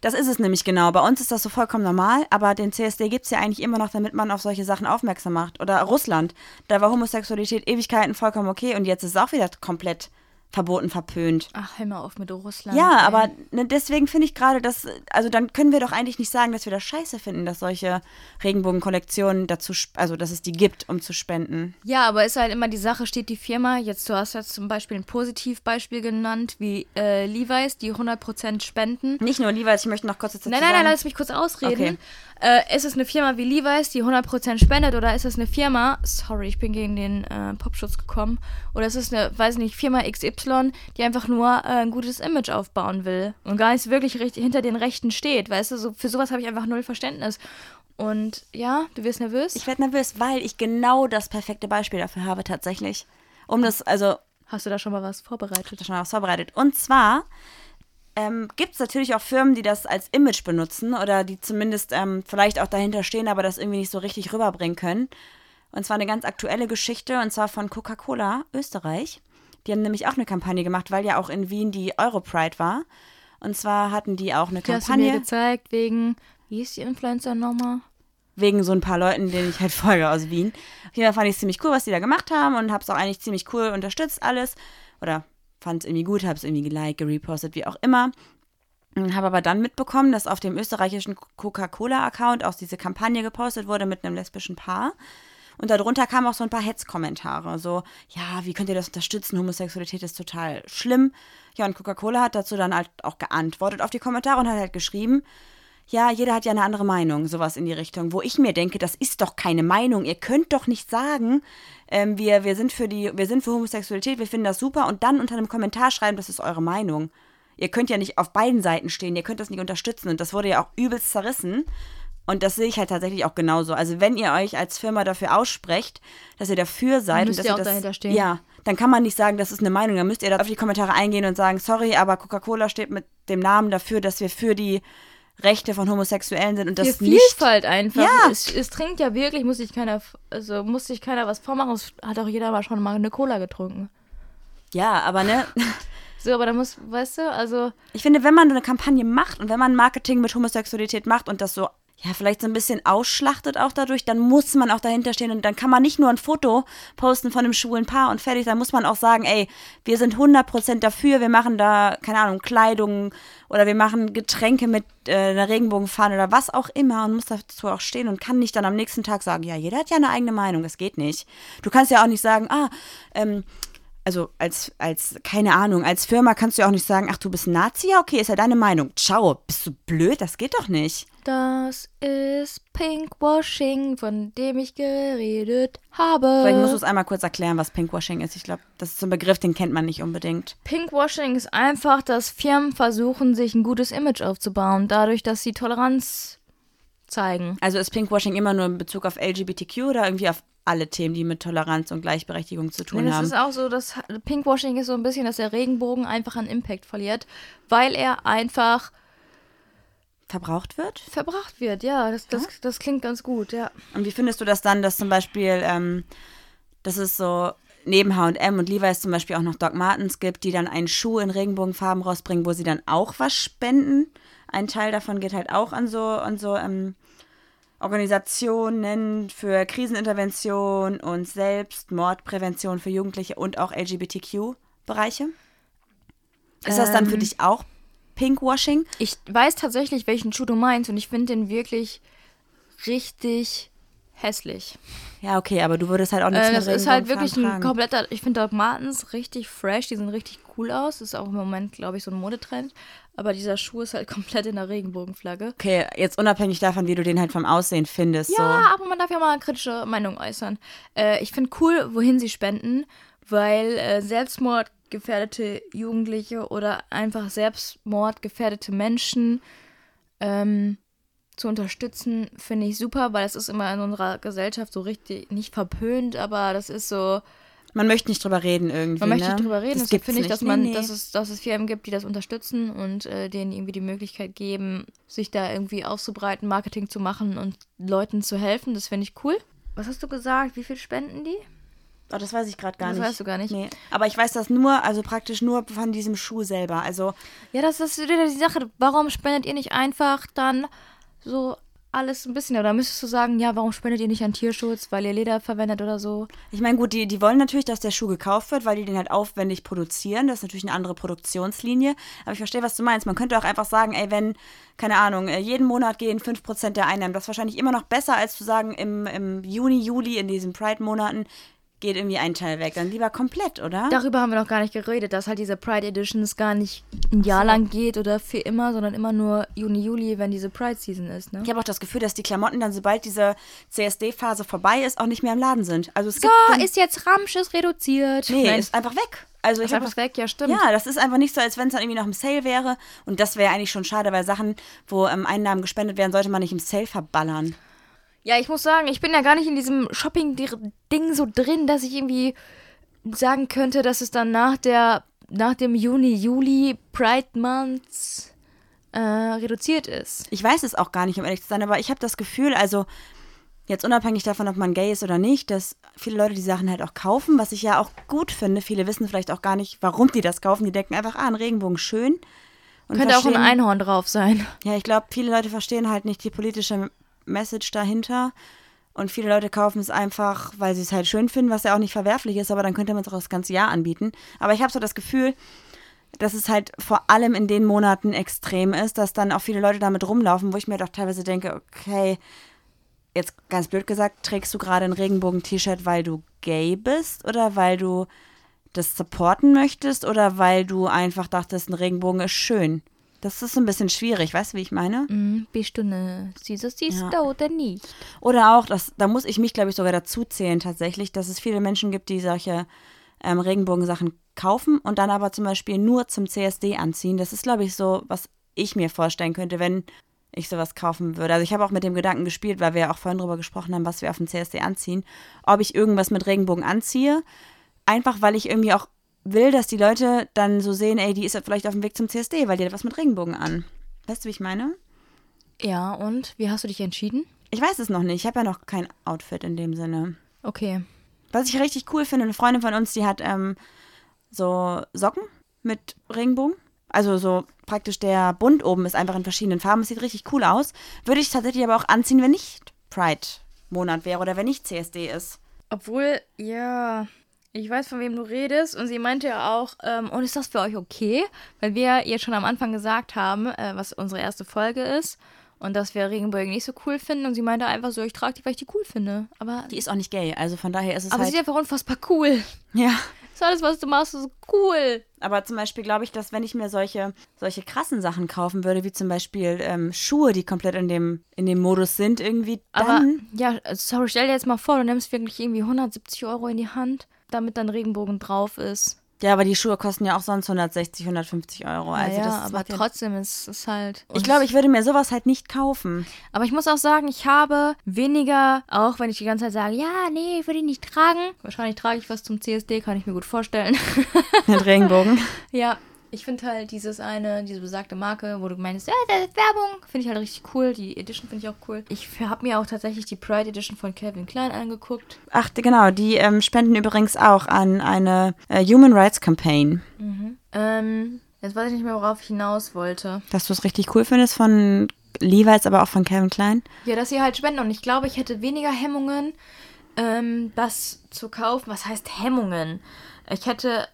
S1: das ist es nämlich genau. Bei uns ist das so vollkommen normal, aber den CSD gibt es ja eigentlich immer noch, damit man auf solche Sachen aufmerksam macht. Oder Russland, da war Homosexualität Ewigkeiten vollkommen okay und jetzt ist es auch wieder komplett verboten, verpönt.
S2: Ach, hör mal auf mit Russland.
S1: Ja,
S2: ey.
S1: aber ne, deswegen finde ich gerade, dass, also dann können wir doch eigentlich nicht sagen, dass wir das scheiße finden, dass solche Regenbogenkollektionen dazu, sp- also dass es die gibt, um zu spenden.
S2: Ja, aber ist halt immer die Sache, steht die Firma, jetzt du hast jetzt zum Beispiel ein Positivbeispiel genannt, wie äh, Levi's, die 100% spenden.
S1: Nicht nur Levi's, ich möchte noch kurz dazu
S2: Nein, nein,
S1: sagen.
S2: nein, lass mich kurz ausreden. Äh, ist es eine Firma wie Levi's, die 100% spendet, oder ist es eine Firma, sorry, ich bin gegen den äh, Popschutz gekommen, oder ist es eine, weiß nicht, Firma XY, die einfach nur äh, ein gutes Image aufbauen will und gar nicht wirklich recht, hinter den Rechten steht, weißt du, so, für sowas habe ich einfach null Verständnis. Und ja, du wirst nervös?
S1: Ich werde nervös, weil ich genau das perfekte Beispiel dafür habe tatsächlich. Um das, also
S2: Hast du da schon mal was vorbereitet?
S1: schon mal was vorbereitet. Und zwar ähm, gibt es natürlich auch Firmen, die das als Image benutzen oder die zumindest ähm, vielleicht auch dahinter stehen, aber das irgendwie nicht so richtig rüberbringen können. Und zwar eine ganz aktuelle Geschichte, und zwar von Coca-Cola Österreich. Die haben nämlich auch eine Kampagne gemacht, weil ja auch in Wien die Europride war. Und zwar hatten die auch eine
S2: Die hast du mir
S1: Kampagne
S2: gezeigt wegen, wie ist die Influencer nochmal?
S1: wegen so ein paar Leuten, denen ich halt <laughs> folge aus Wien. Auf jeden Fall fand ich es ziemlich cool, was die da gemacht haben und habe es auch eigentlich ziemlich cool unterstützt alles. Oder fand es irgendwie gut, habe es irgendwie geliked, gerepostet, wie auch immer. Habe aber dann mitbekommen, dass auf dem österreichischen Coca-Cola-Account auch diese Kampagne gepostet wurde mit einem lesbischen Paar. Und darunter kamen auch so ein paar Hetzkommentare. So, ja, wie könnt ihr das unterstützen? Homosexualität ist total schlimm. Ja, und Coca-Cola hat dazu dann halt auch geantwortet auf die Kommentare und hat halt geschrieben, ja, jeder hat ja eine andere Meinung, sowas in die Richtung, wo ich mir denke, das ist doch keine Meinung. Ihr könnt doch nicht sagen, ähm, wir, wir, sind für die, wir sind für Homosexualität, wir finden das super und dann unter einem Kommentar schreiben, das ist eure Meinung. Ihr könnt ja nicht auf beiden Seiten stehen, ihr könnt das nicht unterstützen und das wurde ja auch übelst zerrissen. Und das sehe ich halt tatsächlich auch genauso. Also wenn ihr euch als Firma dafür aussprecht, dass ihr dafür seid
S2: Müsst
S1: und dass
S2: ihr auch
S1: das,
S2: dahinter stehen.
S1: Ja, dann kann man nicht sagen, das ist eine Meinung. Dann müsst ihr da auf die Kommentare eingehen und sagen, sorry, aber Coca-Cola steht mit dem Namen dafür, dass wir für die Rechte von Homosexuellen sind und
S2: Die
S1: das nicht.
S2: Vielfalt einfach.
S1: Ja.
S2: Es, es trinkt ja wirklich, muss sich keiner, also muss sich keiner was vormachen. Es hat auch jeder mal schon mal eine Cola getrunken.
S1: Ja, aber ne,
S2: So, aber da muss, weißt du, also
S1: ich finde, wenn man eine Kampagne macht und wenn man Marketing mit Homosexualität macht und das so, ja, vielleicht so ein bisschen ausschlachtet auch dadurch, dann muss man auch dahinter stehen und dann kann man nicht nur ein Foto posten von einem schwulen Paar und fertig, dann muss man auch sagen, ey, wir sind 100% dafür, wir machen da, keine Ahnung, Kleidung oder wir machen Getränke mit äh, einer Regenbogenfahne oder was auch immer und muss dazu auch stehen und kann nicht dann am nächsten Tag sagen, ja, jeder hat ja eine eigene Meinung, das geht nicht. Du kannst ja auch nicht sagen, ah, ähm, also als, als, keine Ahnung, als Firma kannst du ja auch nicht sagen, ach, du bist ein Nazi, ja, okay, ist ja deine Meinung. Ciao, bist du blöd? Das geht doch nicht.
S2: das ist Pinkwashing, von dem ich geredet habe.
S1: Vielleicht musst du es einmal kurz erklären, was Pinkwashing ist. Ich glaube, das ist so ein Begriff, den kennt man nicht unbedingt.
S2: Pinkwashing ist einfach, dass Firmen versuchen, sich ein gutes Image aufzubauen, dadurch, dass sie Toleranz zeigen.
S1: Also ist Pinkwashing immer nur in Bezug auf LGBTQ oder irgendwie auf alle Themen, die mit Toleranz und Gleichberechtigung zu tun
S2: Und es
S1: haben?
S2: ist auch so, dass Pinkwashing ist so ein bisschen, dass der Regenbogen einfach an Impact verliert, weil er einfach
S1: Verbraucht wird?
S2: verbracht wird. Ja, das, das, das klingt ganz gut, ja.
S1: Und wie findest du das dann, dass zum Beispiel, ähm, dass es so neben H&M und Levi's zum Beispiel auch noch Doc Martens gibt, die dann einen Schuh in Regenbogenfarben rausbringen, wo sie dann auch was spenden? Ein Teil davon geht halt auch an so, an so ähm, Organisationen für Krisenintervention und Selbstmordprävention für Jugendliche und auch LGBTQ. Bereiche? Ist das dann für
S2: Ähm.
S1: dich auch Pinkwashing?
S2: Ich weiß tatsächlich, welchen Schuh du meinst und ich finde den wirklich richtig hässlich.
S1: Ja, okay, aber du würdest halt auch nichts
S2: Äh,
S1: mit
S2: das ist halt wirklich
S1: Regenbogenfarben
S2: ein
S1: tragen.
S2: kompletter. Ich finde Doc Martens richtig fresh, die sehen richtig cool aus. Ist auch im Moment, glaube ich, so ein Modetrend. Aber dieser Schuh ist halt <laughs> komplett in der Regenbogenflagge.
S1: Okay, jetzt unabhängig davon, wie du den halt vom Aussehen findest.
S2: Ja, aber man darf ja mal eine kritische Meinung äußern. Äh, ich finde cool, wohin sie spenden, weil äh, selbstmordgefährdete Jugendliche oder einfach selbstmordgefährdete Menschen ähm, zu unterstützen, finde ich super, weil das ist immer in unserer Gesellschaft so richtig, nicht verpönt, aber das ist so,
S1: So. Man möchte nicht drüber reden irgendwie.
S2: man möchte
S1: ne?
S2: nicht drüber reden.
S1: Das gibt's
S2: Deshalb finde ich,
S1: nicht.
S2: dass, man,
S1: nee, nee.
S2: Dass, es, dass es Firmen gibt, die das unterstützen und äh, denen irgendwie die Möglichkeit geben, sich da irgendwie auszubreiten, Marketing zu machen und Leuten zu helfen. Das finde ich cool. Was hast du gesagt? Wie viel spenden die?
S1: Oh, das weiß ich gerade gar
S2: Das
S1: nicht.
S2: weißt du gar nicht.
S1: Nee. Aber ich weiß das nur, also praktisch nur von diesem Schuh selber. Also
S2: Ja, das ist wieder die Sache. Warum spendet ihr nicht einfach dann so alles ein bisschen? Oder müsstest du sagen, ja, warum spendet ihr nicht an Tierschutz, weil ihr Leder verwendet oder so?
S1: Ich meine, gut, die, die wollen natürlich, dass der Schuh gekauft wird, weil die den halt aufwendig produzieren. Das ist natürlich eine andere Produktionslinie. Aber ich verstehe, was du meinst. Man könnte auch einfach sagen, ey, wenn, keine Ahnung, äh, jeden Monat gehen 5% der Einnahmen. Das ist wahrscheinlich immer noch besser, als zu sagen, im, im Juni, Juli, in diesen Pride-Monaten geht irgendwie ein Teil weg. Dann lieber komplett, oder?
S2: Darüber haben wir noch gar nicht geredet, dass halt diese Pride Editions gar nicht ein Jahr lang geht oder für immer, sondern immer nur Juni, Juli, wenn diese Pride Season ist, ne?
S1: ich habe auch das Gefühl, dass die Klamotten dann, sobald diese CSD-Phase vorbei ist, auch nicht mehr im Laden sind. Also es gibt.
S2: So,
S1: dann,
S2: ist jetzt Ramsch, ist reduziert.
S1: nee,
S2: Nein,
S1: ist einfach weg. Also ich
S2: ist
S1: hab
S2: einfach
S1: das-
S2: weg, ja, stimmt.
S1: Ja, das ist einfach nicht so, als wenn es dann irgendwie noch im Sale wäre. Und das wäre eigentlich schon schade, weil Sachen, wo ähm, Einnahmen gespendet werden, sollte man nicht im Sale verballern.
S2: Ja, ich muss sagen, ich bin ja gar nicht in diesem Shopping-Ding so drin, dass ich irgendwie sagen könnte, dass es dann nach der, nach dem Juni, Juli Pride Month äh, reduziert ist.
S1: Ich weiß es auch gar nicht, um ehrlich zu sein, aber ich habe das Gefühl, also jetzt unabhängig davon, ob man gay ist oder nicht, dass viele Leute die Sachen halt auch kaufen, was ich ja auch gut finde. Viele wissen vielleicht auch gar nicht, warum die das kaufen. Die denken einfach, ah, ein Regenbogen schön. Und
S2: Könnte auch ein
S1: verstehen-
S2: Einhorn drauf sein.
S1: Ja, ich glaube, viele Leute verstehen halt nicht die politische Message dahinter. Und viele Leute kaufen es einfach, weil sie es halt schön finden, was ja auch nicht verwerflich ist, aber dann könnte man es auch das ganze Jahr anbieten. Aber ich habe so das Gefühl, dass es halt vor allem in den Monaten extrem ist, dass dann auch viele Leute damit rumlaufen, wo ich mir doch teilweise denke, okay, jetzt ganz blöd gesagt, trägst du gerade ein Regenbogen-T-Shirt, weil du gay bist oder weil du das supporten möchtest oder weil du einfach dachtest, ein Regenbogen ist schön. Das ist ein bisschen schwierig, weißt du, wie ich meine?
S2: Hm, bist du eine süße Sister
S1: Ja.
S2: oder nicht?
S1: Oder auch, das, da muss ich mich, glaube ich, sogar dazu zählen tatsächlich, dass es viele Menschen gibt, die solche ähm, Regenbogensachen kaufen und dann aber zum Beispiel nur zum CSD anziehen. Das ist, glaube ich, so, was ich mir vorstellen könnte, wenn ich sowas kaufen würde. Also ich habe auch mit dem Gedanken gespielt, weil wir ja auch vorhin drüber gesprochen haben, was wir auf dem CSD anziehen, ob ich irgendwas mit Regenbogen anziehe, einfach weil ich irgendwie auch will, dass die Leute dann so sehen, ey, die ist ja vielleicht auf dem Weg zum CSD, weil die hat was mit Regenbogen an. Weißt du, wie ich meine?
S2: Ja, und wie hast du dich entschieden?
S1: Ich weiß es noch nicht. Ich habe ja noch kein Outfit in dem Sinne.
S2: Okay.
S1: Was ich richtig cool finde, eine Freundin von uns, die hat ähm, so Socken mit Regenbogen. Also so praktisch der Bund oben ist einfach in verschiedenen Farben. Es sieht richtig cool aus. Würde ich tatsächlich aber auch anziehen, wenn nicht Pride-Monat wäre oder wenn nicht CSD ist.
S2: Obwohl, ja, ich weiß, von wem du redest. Und sie meinte ja auch, ähm, und ist das für euch okay? Weil wir ihr schon am Anfang gesagt haben, äh, was unsere erste Folge ist. Und dass wir Regenbögen nicht so cool finden. Und sie meinte einfach so, ich trage die, weil ich die cool finde. Aber,
S1: Die ist auch nicht gay, also von daher ist es
S2: aber sie
S1: halt...
S2: ist einfach unfassbar cool.
S1: ja.
S2: Das alles, was du machst, ist cool.
S1: Aber zum Beispiel glaube ich, dass wenn ich mir solche, solche krassen Sachen kaufen würde, wie zum Beispiel ähm, Schuhe, die komplett in dem, in dem Modus sind irgendwie,
S2: Aber,
S1: dann...
S2: ja, also sorry, stell dir jetzt mal vor, du nimmst wirklich irgendwie 170 Euro in die Hand, damit dann Regenbogen drauf ist.
S1: Ja, aber die Schuhe kosten ja auch sonst 160, 150 Euro. Also
S2: naja,
S1: das ist
S2: aber
S1: macht ja-
S2: trotzdem ist es halt.
S1: Ich glaube, ich würde mir sowas halt nicht kaufen.
S2: Aber ich muss auch sagen, ich habe weniger, auch wenn ich die ganze Zeit sage, ja, nee, würde ich nicht tragen. Wahrscheinlich trage ich was zum CSD, kann ich mir gut vorstellen. <laughs>
S1: Mit Regenbogen.
S2: ja, ich finde halt dieses eine, diese besagte Marke, wo du meinst, ja, das ist Werbung, finde ich halt richtig cool. Die Edition finde ich auch cool. Ich habe mir auch tatsächlich die Pride Edition von Calvin Klein angeguckt.
S1: Ach, genau, die ähm, spenden übrigens auch an eine äh, Human Rights Campaign.
S2: Ähm, jetzt weiß ich nicht mehr, worauf ich hinaus wollte.
S1: Dass du es richtig cool findest von Levi's, aber auch von Calvin Klein.
S2: Ja, dass sie halt spenden. Und ich glaube, ich hätte weniger Hemmungen, ähm, das zu kaufen. Was heißt Hemmungen? Ich hätte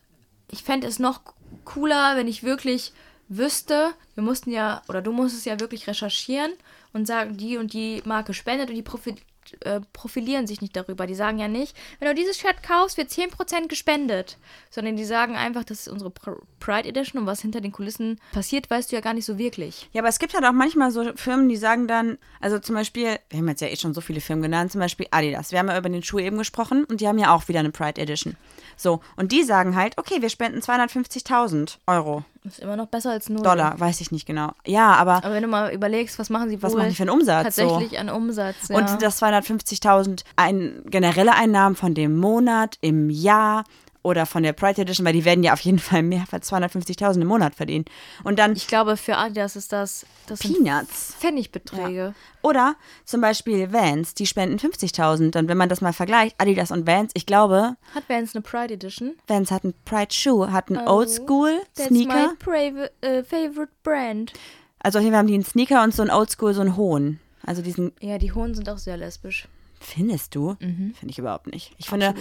S2: ich fände es noch cooler, wenn ich wirklich wüsste, wir mussten ja, oder du musstest ja wirklich recherchieren und sagen, die und die Marke spendet und die profi äh, profilieren sich nicht darüber. Die sagen ja nicht, wenn du dieses Shirt kaufst, wird 10% gespendet. Sondern die sagen einfach, das ist unsere Pr- Pride Edition und was hinter den Kulissen passiert, weißt du ja gar nicht so wirklich.
S1: Ja, aber es gibt halt auch manchmal so Firmen, die sagen dann, also zum Beispiel, wir haben jetzt ja eh schon so viele Firmen genannt, zum Beispiel Adidas. Wir haben ja über den Schuh eben gesprochen und die haben ja auch wieder eine Pride Edition. So, und die sagen halt, okay, wir spenden 250.000 Euro,
S2: Das ist immer noch besser als null.
S1: Dollar, weiß ich nicht genau. Ja, aber
S2: Aber wenn du mal überlegst, was machen sie
S1: Was
S2: wohl
S1: machen die für einen Umsatz, so?
S2: Tatsächlich an Umsatz. Ja.
S1: Und das 250.000 ein, generelle Einnahmen von dem Monat, im Jahr oder von der Pride Edition, weil die werden ja auf jeden Fall mehr als 250.000 im Monat verdienen. Und dann
S2: ich glaube, für Adidas ist das, das sind
S1: Peanuts.
S2: Pfennigbeträge.
S1: Oder zum Beispiel Vans, die spenden 50.000. Und wenn man das mal vergleicht, Adidas und Vans, ich glaube,
S2: Hat Vans eine Pride Edition?
S1: Vans hat einen Pride Shoe, hat einen
S2: Oh,
S1: Oldschool
S2: That's
S1: Sneaker.
S2: my prave- äh, favorite brand.
S1: Also auf jeden Fall haben die einen Sneaker und so einen Oldschool, so einen hohen. Also diesen
S2: Ja, die Hohen sind auch sehr lesbisch.
S1: Findest du?
S2: Mhm.
S1: Finde ich überhaupt nicht. Ich finde,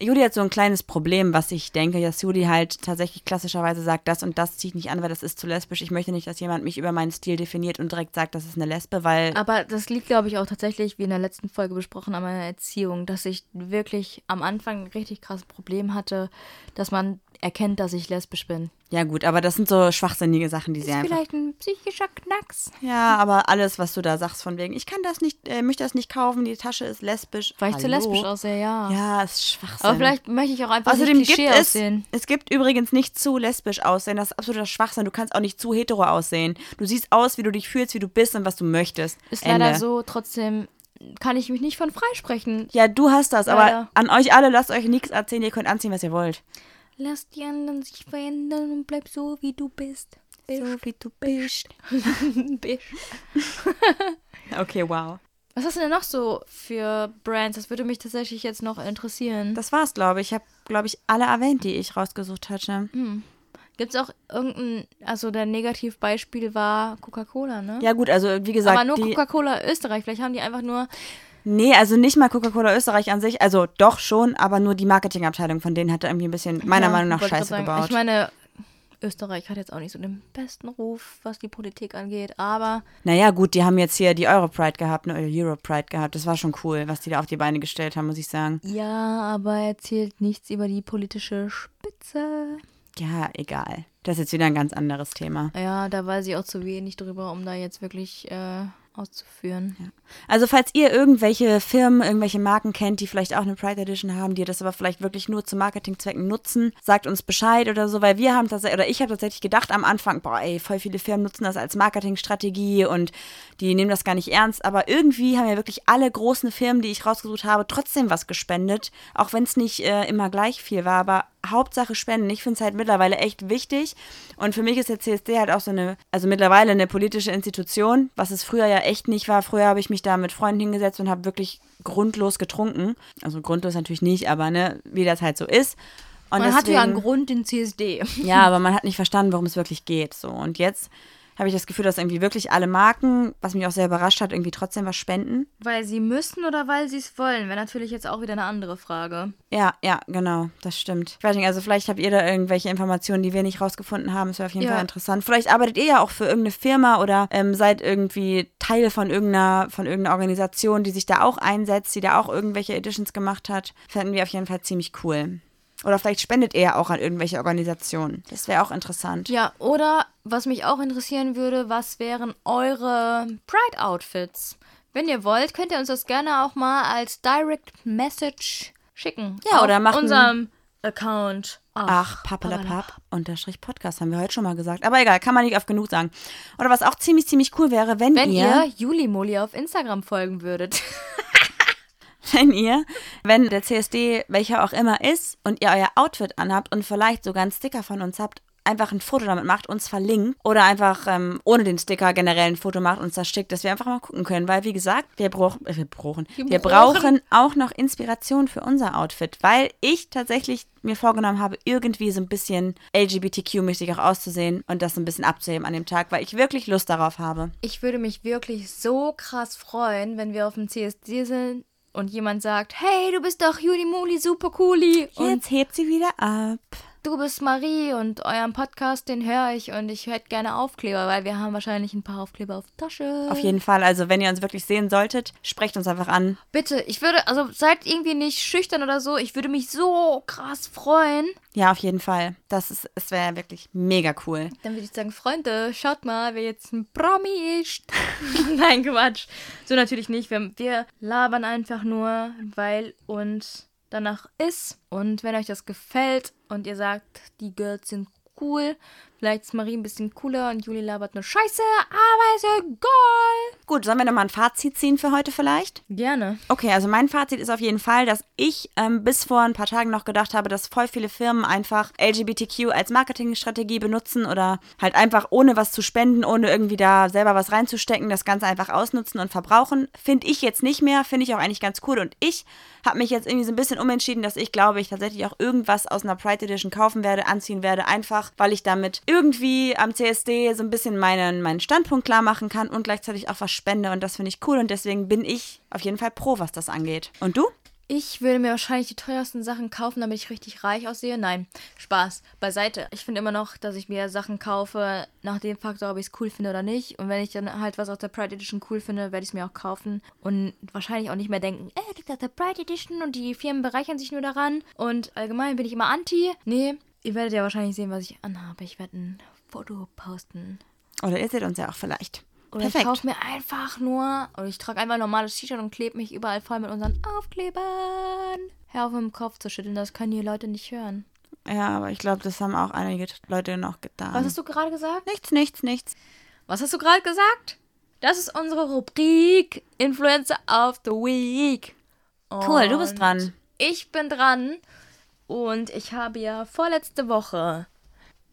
S1: Judy hat so ein kleines Problem, was ich denke, dass Judy halt tatsächlich klassischerweise sagt, das und das ziehe ich nicht an, weil das ist zu lesbisch. Ich möchte nicht, dass jemand mich über meinen Stil definiert und direkt sagt, das ist eine Lesbe, weil
S2: Aber das liegt, glaube ich, auch tatsächlich, wie in der letzten Folge besprochen, an meiner Erziehung, dass ich wirklich am Anfang ein richtig krasses Problem hatte, dass man erkennt, dass ich lesbisch bin.
S1: ja gut, aber das sind so schwachsinnige Sachen, die sie
S2: Ist
S1: einfach.
S2: vielleicht ein psychischer Knacks.
S1: Ja, aber alles, was du da sagst von wegen, ich kann das nicht, äh, möchte das nicht kaufen, die Tasche ist lesbisch.
S2: Weil ich zu
S1: Hallo?
S2: lesbisch aussehe, ja.
S1: Ja, ist Schwachsinn.
S2: Aber vielleicht möchte ich auch einfach
S1: Außerdem
S2: nicht
S1: gibt
S2: Klischee
S1: es,
S2: aussehen.
S1: es gibt übrigens nicht zu lesbisch aussehen, das ist absoluter Schwachsinn. Du kannst auch nicht zu hetero aussehen. Du siehst aus, wie du dich fühlst, wie du bist und was du möchtest.
S2: Ist leider
S1: Ende.
S2: so, trotzdem kann ich mich nicht von freisprechen.
S1: Ja, du hast das, aber
S2: Leider.
S1: an euch alle lasst euch nichts erzählen, ihr könnt anziehen, was ihr wollt.
S2: Lass die anderen sich verändern und bleib so, wie du bist. So wie du bist. <laughs> bist.
S1: Okay, wow.
S2: Was hast du denn noch so für Brands? Das würde mich tatsächlich jetzt noch interessieren.
S1: Das war's, glaube ich. Ich habe, glaube ich, alle erwähnt, die ich rausgesucht hatte.
S2: Hm. Gibt es auch irgendein, also der Negativbeispiel war Coca-Cola, ne?
S1: Ja, gut, also wie gesagt.
S2: Aber nur
S1: die,
S2: Coca-Cola Österreich. Vielleicht haben die einfach nur.
S1: nee, also nicht mal Coca-Cola Österreich an sich. Also doch schon, aber nur die Marketingabteilung von denen hat da irgendwie ein bisschen, meiner
S2: Ja,
S1: Meinung nach,
S2: wollte ich grad
S1: Scheiße
S2: sagen.
S1: gebaut.
S2: Ich meine, Österreich hat jetzt auch nicht so den besten Ruf, was die Politik angeht, aber
S1: naja, gut, die haben jetzt hier die Europride gehabt, ne, Europride gehabt. Das war schon cool, was die da auf die Beine gestellt haben, muss ich sagen.
S2: ja, aber erzählt nichts über die politische Spitze.
S1: Ja, egal. Das ist jetzt wieder ein ganz anderes Thema.
S2: Ja, da weiß ich auch zu wenig drüber, um da jetzt wirklich äh, auszuführen.
S1: Also falls ihr irgendwelche Firmen, irgendwelche Marken kennt, die vielleicht auch eine Pride Edition haben, die das aber vielleicht wirklich nur zu Marketingzwecken nutzen, sagt uns Bescheid oder so, weil wir haben tatsächlich, oder ich habe tatsächlich gedacht am Anfang, boah ey, voll viele Firmen nutzen das als Marketingstrategie und die nehmen das gar nicht ernst, aber irgendwie haben ja wirklich alle großen Firmen, die ich rausgesucht habe, trotzdem was gespendet, auch wenn es nicht äh, immer gleich viel war, aber Hauptsache spenden. Ich finde es halt mittlerweile echt wichtig. Und für mich ist der CSD halt auch so eine, also mittlerweile eine politische Institution, was es früher ja echt nicht war. Früher habe ich mich da mit Freunden hingesetzt und habe wirklich grundlos getrunken. Also grundlos natürlich nicht, aber ne, wie das halt so ist. Und
S2: Man hat ja einen
S1: deswegen-
S2: Grund, den CSD.
S1: ja, aber man hat nicht verstanden, worum es wirklich geht. So. Und jetzt habe ich das Gefühl, dass irgendwie wirklich alle Marken, was mich auch sehr überrascht hat, irgendwie trotzdem was spenden.
S2: <laughs> Weil sie müssen oder weil sie es wollen, wäre natürlich jetzt auch wieder eine andere Frage.
S1: Ja, ja, genau, das stimmt. Ich weiß nicht, also vielleicht habt ihr da irgendwelche Informationen, die wir nicht rausgefunden haben. Es wäre auf jeden
S2: Ja.
S1: Fall interessant. Vielleicht arbeitet ihr ja auch für irgendeine Firma oder ähm, seid irgendwie Teil von irgendeiner, von irgendeiner Organisation, die sich da auch einsetzt, die da auch irgendwelche Editions gemacht hat. Fänden wir auf jeden Fall ziemlich cool. Oder vielleicht spendet ihr ja auch an irgendwelche Organisationen. Das wäre auch interessant.
S2: Ja, oder was mich auch interessieren würde, was wären eure Pride-Outfits? Wenn ihr wollt, könnt ihr uns das gerne auch mal als Direct Message schicken.
S1: Ja,
S2: Auf
S1: oder macht ein-
S2: unserem Account.
S1: Ach, pappelapapp, unterstrich Podcast, haben wir heute schon mal gesagt. Aber egal, kann man nicht oft genug sagen. Oder was auch ziemlich, ziemlich cool wäre, wenn,
S2: Wenn
S1: ihr,
S2: ihr Juli Moli auf Instagram folgen würdet. <laughs>
S1: wenn ihr, wenn der CSD, welcher auch immer ist, und ihr euer Outfit anhabt und vielleicht sogar einen Sticker von uns habt, einfach ein Foto damit macht, uns verlinkt oder einfach ähm, ohne den Sticker generell ein Foto macht, uns das schickt, dass wir einfach mal gucken können, weil wie gesagt, wir brauchen, äh, wir brauchen, wir, wir
S2: brauchen.
S1: brauchen auch noch Inspiration für unser Outfit, weil ich tatsächlich mir vorgenommen habe, irgendwie so ein bisschen LGBTQ-mäßig auch auszusehen und das so ein bisschen abzuheben an dem Tag, weil ich wirklich Lust darauf habe.
S2: Ich würde mich wirklich so krass freuen, wenn wir auf dem CSD sind und jemand sagt, hey, du bist doch Juli Moli, super cooli. Und
S1: Jetzt hebt sie wieder ab.
S2: du bist Marie und euren Podcast, den höre ich und ich hätte gerne Aufkleber, weil wir haben wahrscheinlich ein paar Aufkleber auf der Tasche.
S1: Auf jeden Fall, also wenn ihr uns wirklich sehen solltet, sprecht uns einfach an.
S2: Bitte, ich würde, also seid irgendwie nicht schüchtern oder so. Ich würde mich so krass freuen.
S1: Ja, auf jeden Fall. Das ist, es wäre wirklich mega cool.
S2: Dann würde ich sagen, Freunde, schaut mal, wer jetzt ein Promi ist. <laughs> Nein, Quatsch. So natürlich nicht. Wir, wir labern einfach nur, weil uns danach ist. Und wenn euch das gefällt und ihr sagt, die Girls sind cool, vielleicht ist Marie ein bisschen cooler und Juli labert nur Scheiße, aber ist egal.
S1: Gut, sollen wir nochmal ein Fazit ziehen für heute vielleicht?
S2: Gerne.
S1: Okay, also mein Fazit ist auf jeden Fall, dass ich ähm, bis vor ein paar Tagen noch gedacht habe, dass voll viele Firmen einfach LGBTQ als Marketingstrategie benutzen oder halt einfach ohne was zu spenden, ohne irgendwie da selber was reinzustecken, das Ganze einfach ausnutzen und verbrauchen. Finde ich jetzt nicht mehr, finde ich auch eigentlich ganz cool. Und ich habe mich jetzt irgendwie so ein bisschen umentschieden, dass ich glaube, ich tatsächlich auch irgendwas aus einer Pride Edition kaufen werde, anziehen werde, einfach weil ich damit irgendwie am CSD so ein bisschen meinen, meinen Standpunkt klar machen kann und gleichzeitig auch was spende. Und das finde ich cool und deswegen bin ich auf jeden Fall pro, was das angeht. Und du?
S2: Ich würde mir wahrscheinlich die teuersten Sachen kaufen, damit ich richtig reich aussehe. Nein, Spaß, beiseite. Ich finde immer noch, dass ich mir Sachen kaufe, nach dem Faktor, ob ich es cool finde oder nicht. Und wenn ich dann halt was aus der Pride Edition cool finde, werde ich es mir auch kaufen. Und wahrscheinlich auch nicht mehr denken, ey, das ist aus der Pride Edition und die Firmen bereichern sich nur daran. Und allgemein bin ich immer anti. Nee, ihr werdet ja wahrscheinlich sehen, was ich anhabe. Ich werde ein Foto posten.
S1: Oder ihr seht uns ja auch vielleicht.
S2: Oder ich kaufe mir einfach nur, oder ich trage einfach ein normales T-Shirt und klebe mich überall voll mit unseren Aufklebern. Hör auf, im Kopf zu schütteln, das können die Leute nicht hören.
S1: Ja, aber ich glaube, das haben auch einige Leute noch getan.
S2: Was hast du gerade gesagt?
S1: Nichts, nichts, nichts.
S2: Was hast du gerade gesagt? Das ist unsere Rubrik Influencer of the Week.
S1: Cool, du bist dran.
S2: Ich bin dran und ich habe ja vorletzte Woche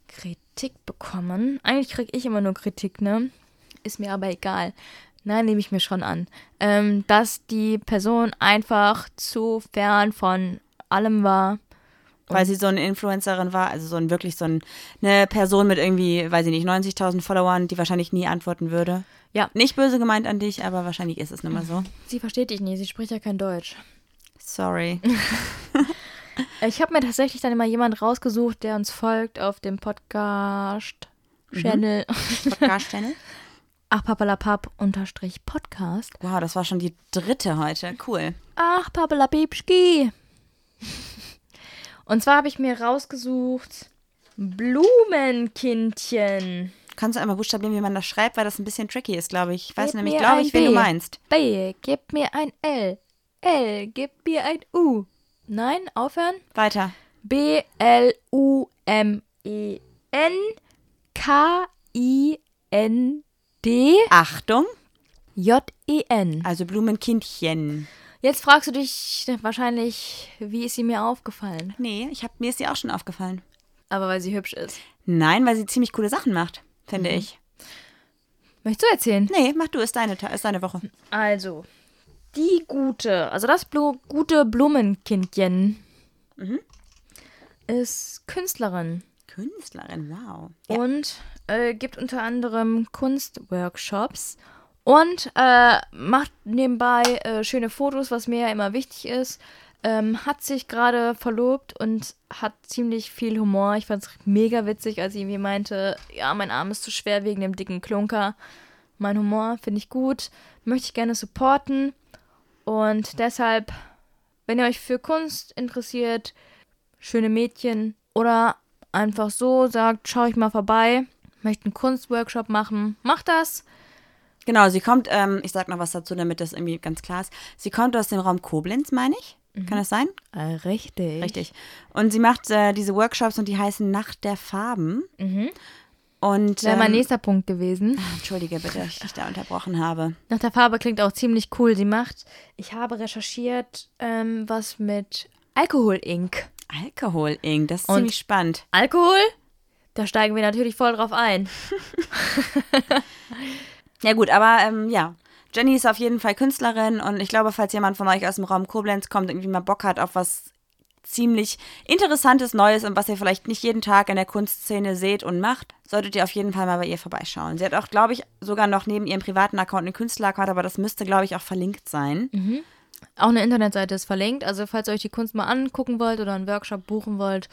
S2: Kritik bekommen. Eigentlich kriege ich immer nur Kritik, ne? ist mir aber egal. Nein, nehme ich mir schon an. Ähm, dass die Person einfach zu fern von allem war.
S1: Weil sie so eine Influencerin war, also so ein, wirklich so ein, eine Person mit irgendwie, weiß ich nicht, 90.000 Followern, die wahrscheinlich nie antworten würde.
S2: Ja.
S1: Nicht böse gemeint an dich, aber wahrscheinlich ist es nun mal so.
S2: Sie versteht dich nie, sie spricht ja kein Deutsch. <laughs>
S1: Sorry.
S2: Ich habe mir tatsächlich dann immer jemand rausgesucht, der uns folgt auf dem Podcast-Channel. <laughs>
S1: Podcast-Channel?
S2: achpapalapap-podcast.
S1: Wow, das war schon die dritte heute. Cool.
S2: Ach, papalapipski. Und zwar habe ich mir rausgesucht Blumenkindchen.
S1: Kannst du einmal buchstabieren, wie man das schreibt, weil das ein bisschen tricky ist, glaube ich. Ich weiß
S2: Gib
S1: nämlich,
S2: mir
S1: glaube
S2: ein
S1: ich, wen
S2: B.
S1: du meinst.
S2: B, gib mir ein L. L, gib mir ein U. Nein, aufhören.
S1: Weiter.
S2: E, B-L-U-M-E-N K-I-N-D
S1: Achtung,
S2: J-E-N.
S1: also Blumenkindchen.
S2: E, Jetzt fragst du dich wahrscheinlich, wie ist sie mir aufgefallen?
S1: Nee, ich hab, mir ist sie auch schon aufgefallen.
S2: Aber weil sie hübsch ist.
S1: Nein, weil sie ziemlich coole Sachen macht,
S2: Mhm.
S1: finde ich.
S2: Möchtest du erzählen?
S1: Nee, mach du, ist deine, Ta- ist deine Woche.
S2: Also, die gute, also das Blu gute Blumenkindchen ist Künstlerin
S1: Künstlerin, wow.
S2: und äh, gibt unter anderem Kunstworkshops und äh, macht nebenbei äh, schöne Fotos, was mir ja immer wichtig ist. Ähm, hat sich gerade verlobt und hat ziemlich viel Humor. Ich fand es mega witzig, als sie irgendwie meinte, ja, mein Arm ist zu schwer wegen dem dicken Klunker. Mein Humor finde ich gut, möchte ich gerne supporten. Und deshalb, wenn ihr euch für Kunst interessiert, schöne Mädchen oder einfach so sagt, schau ich mal vorbei, möchte einen Kunstworkshop machen, macht das.
S1: Genau, sie kommt, ähm, ich sag noch was dazu, damit das irgendwie ganz klar ist. Sie kommt aus dem Raum Koblenz, meine ich. Kann das sein?
S2: Äh, richtig.
S1: Richtig. Und sie macht äh, diese Workshops und die heißen Nacht der Farben. Und
S2: Wäre mein
S1: ähm, Ah,
S2: nächster Punkt gewesen.
S1: Entschuldige bitte, dass ich dich da unterbrochen habe.
S2: Nach der Farbe klingt auch ziemlich cool. Sie macht, ich habe recherchiert, ähm, was mit Alkohol Inc.
S1: Alkohol, Ing, das ist
S2: Und-
S1: ziemlich spannend.
S2: Alkohol? Da steigen wir natürlich voll drauf ein.
S1: Ja gut, aber ähm, ja. Jenny ist auf jeden Fall Künstlerin und ich glaube, falls jemand von euch aus dem Raum Koblenz kommt, irgendwie mal Bock hat auf was ziemlich interessantes Neues und was ihr vielleicht nicht jeden Tag in der Kunstszene seht und macht, solltet ihr auf jeden Fall mal bei ihr vorbeischauen. Sie hat
S2: Mhm.
S1: auch, glaube ich, sogar noch neben ihrem privaten Account einen Künstleraccount, aber das müsste, glaube ich, auch verlinkt sein.
S2: Auch eine Internetseite ist verlinkt. Also falls ihr euch die Kunst mal angucken wollt oder einen Workshop buchen wollt,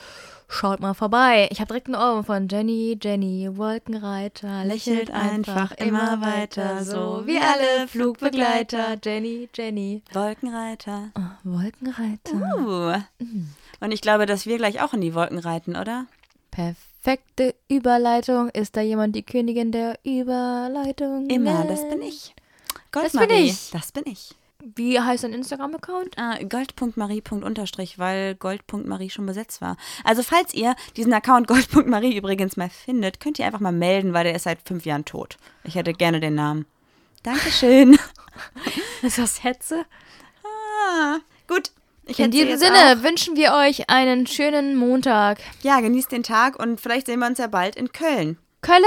S2: schaut mal vorbei. Ich habe direkt einen Ohrwurm von Jenny, Jenny, Wolkenreiter. Lächelt einfach immer weiter, so wie alle Flugbegleiter. Jenny, Jenny.
S1: Wolkenreiter.
S2: Oh, Wolkenreiter.
S1: Uh.
S2: Mhm.
S1: Und ich glaube, dass wir gleich auch in die Wolken reiten, oder?
S2: Perfekte Überleitung. Ist da jemand die Königin der Überleitung?
S1: Immer, das bin ich.
S2: Das bin
S1: Goldmarie,
S2: ich.
S1: Das bin ich.
S2: Wie heißt dein Instagram-Account?
S1: Äh, Gold.marie. Unterstrich, weil Gold.marie schon besetzt war. Also falls ihr diesen Account <laughs> Gold.marie übrigens mal findet, könnt ihr einfach mal melden, weil der ist seit fünf Jahren tot. Ich hätte gerne den Namen.
S2: <laughs>
S1: Dankeschön.
S2: Ist <laughs> das Hetze?
S1: ah, gut. Ich
S2: In
S1: hetze
S2: diesem
S1: jetzt
S2: Sinne wünschen wir euch einen schönen Montag.
S1: Auch. Ja, genießt den Tag und vielleicht sehen wir uns ja bald in Köln.
S2: Kölle?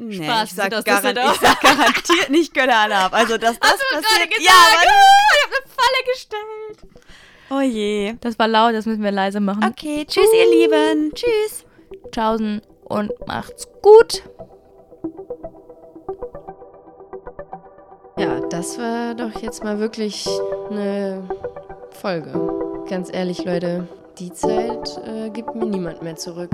S1: Nee,
S2: Spaß,
S1: ich
S2: wir sind
S1: sag,
S2: aus
S1: garan <laughs>
S2: Düsseldorf.
S1: ich sag garantiert nicht Köln-Alarm. Also, dass das
S2: du gerade
S1: passiert.
S2: gesagt.
S1: Ja,
S2: Ich habe eine Falle gestellt.
S1: aber, oh je.
S2: Das war laut, das müssen wir leise machen.
S1: Okay, tschüss, ihr Lieben. Tschüss.
S2: Tschaußen und macht's gut.
S3: Ja, das war doch jetzt mal wirklich eine Folge. Ganz ehrlich, Leute, die Zeit äh, gibt mir niemand mehr zurück.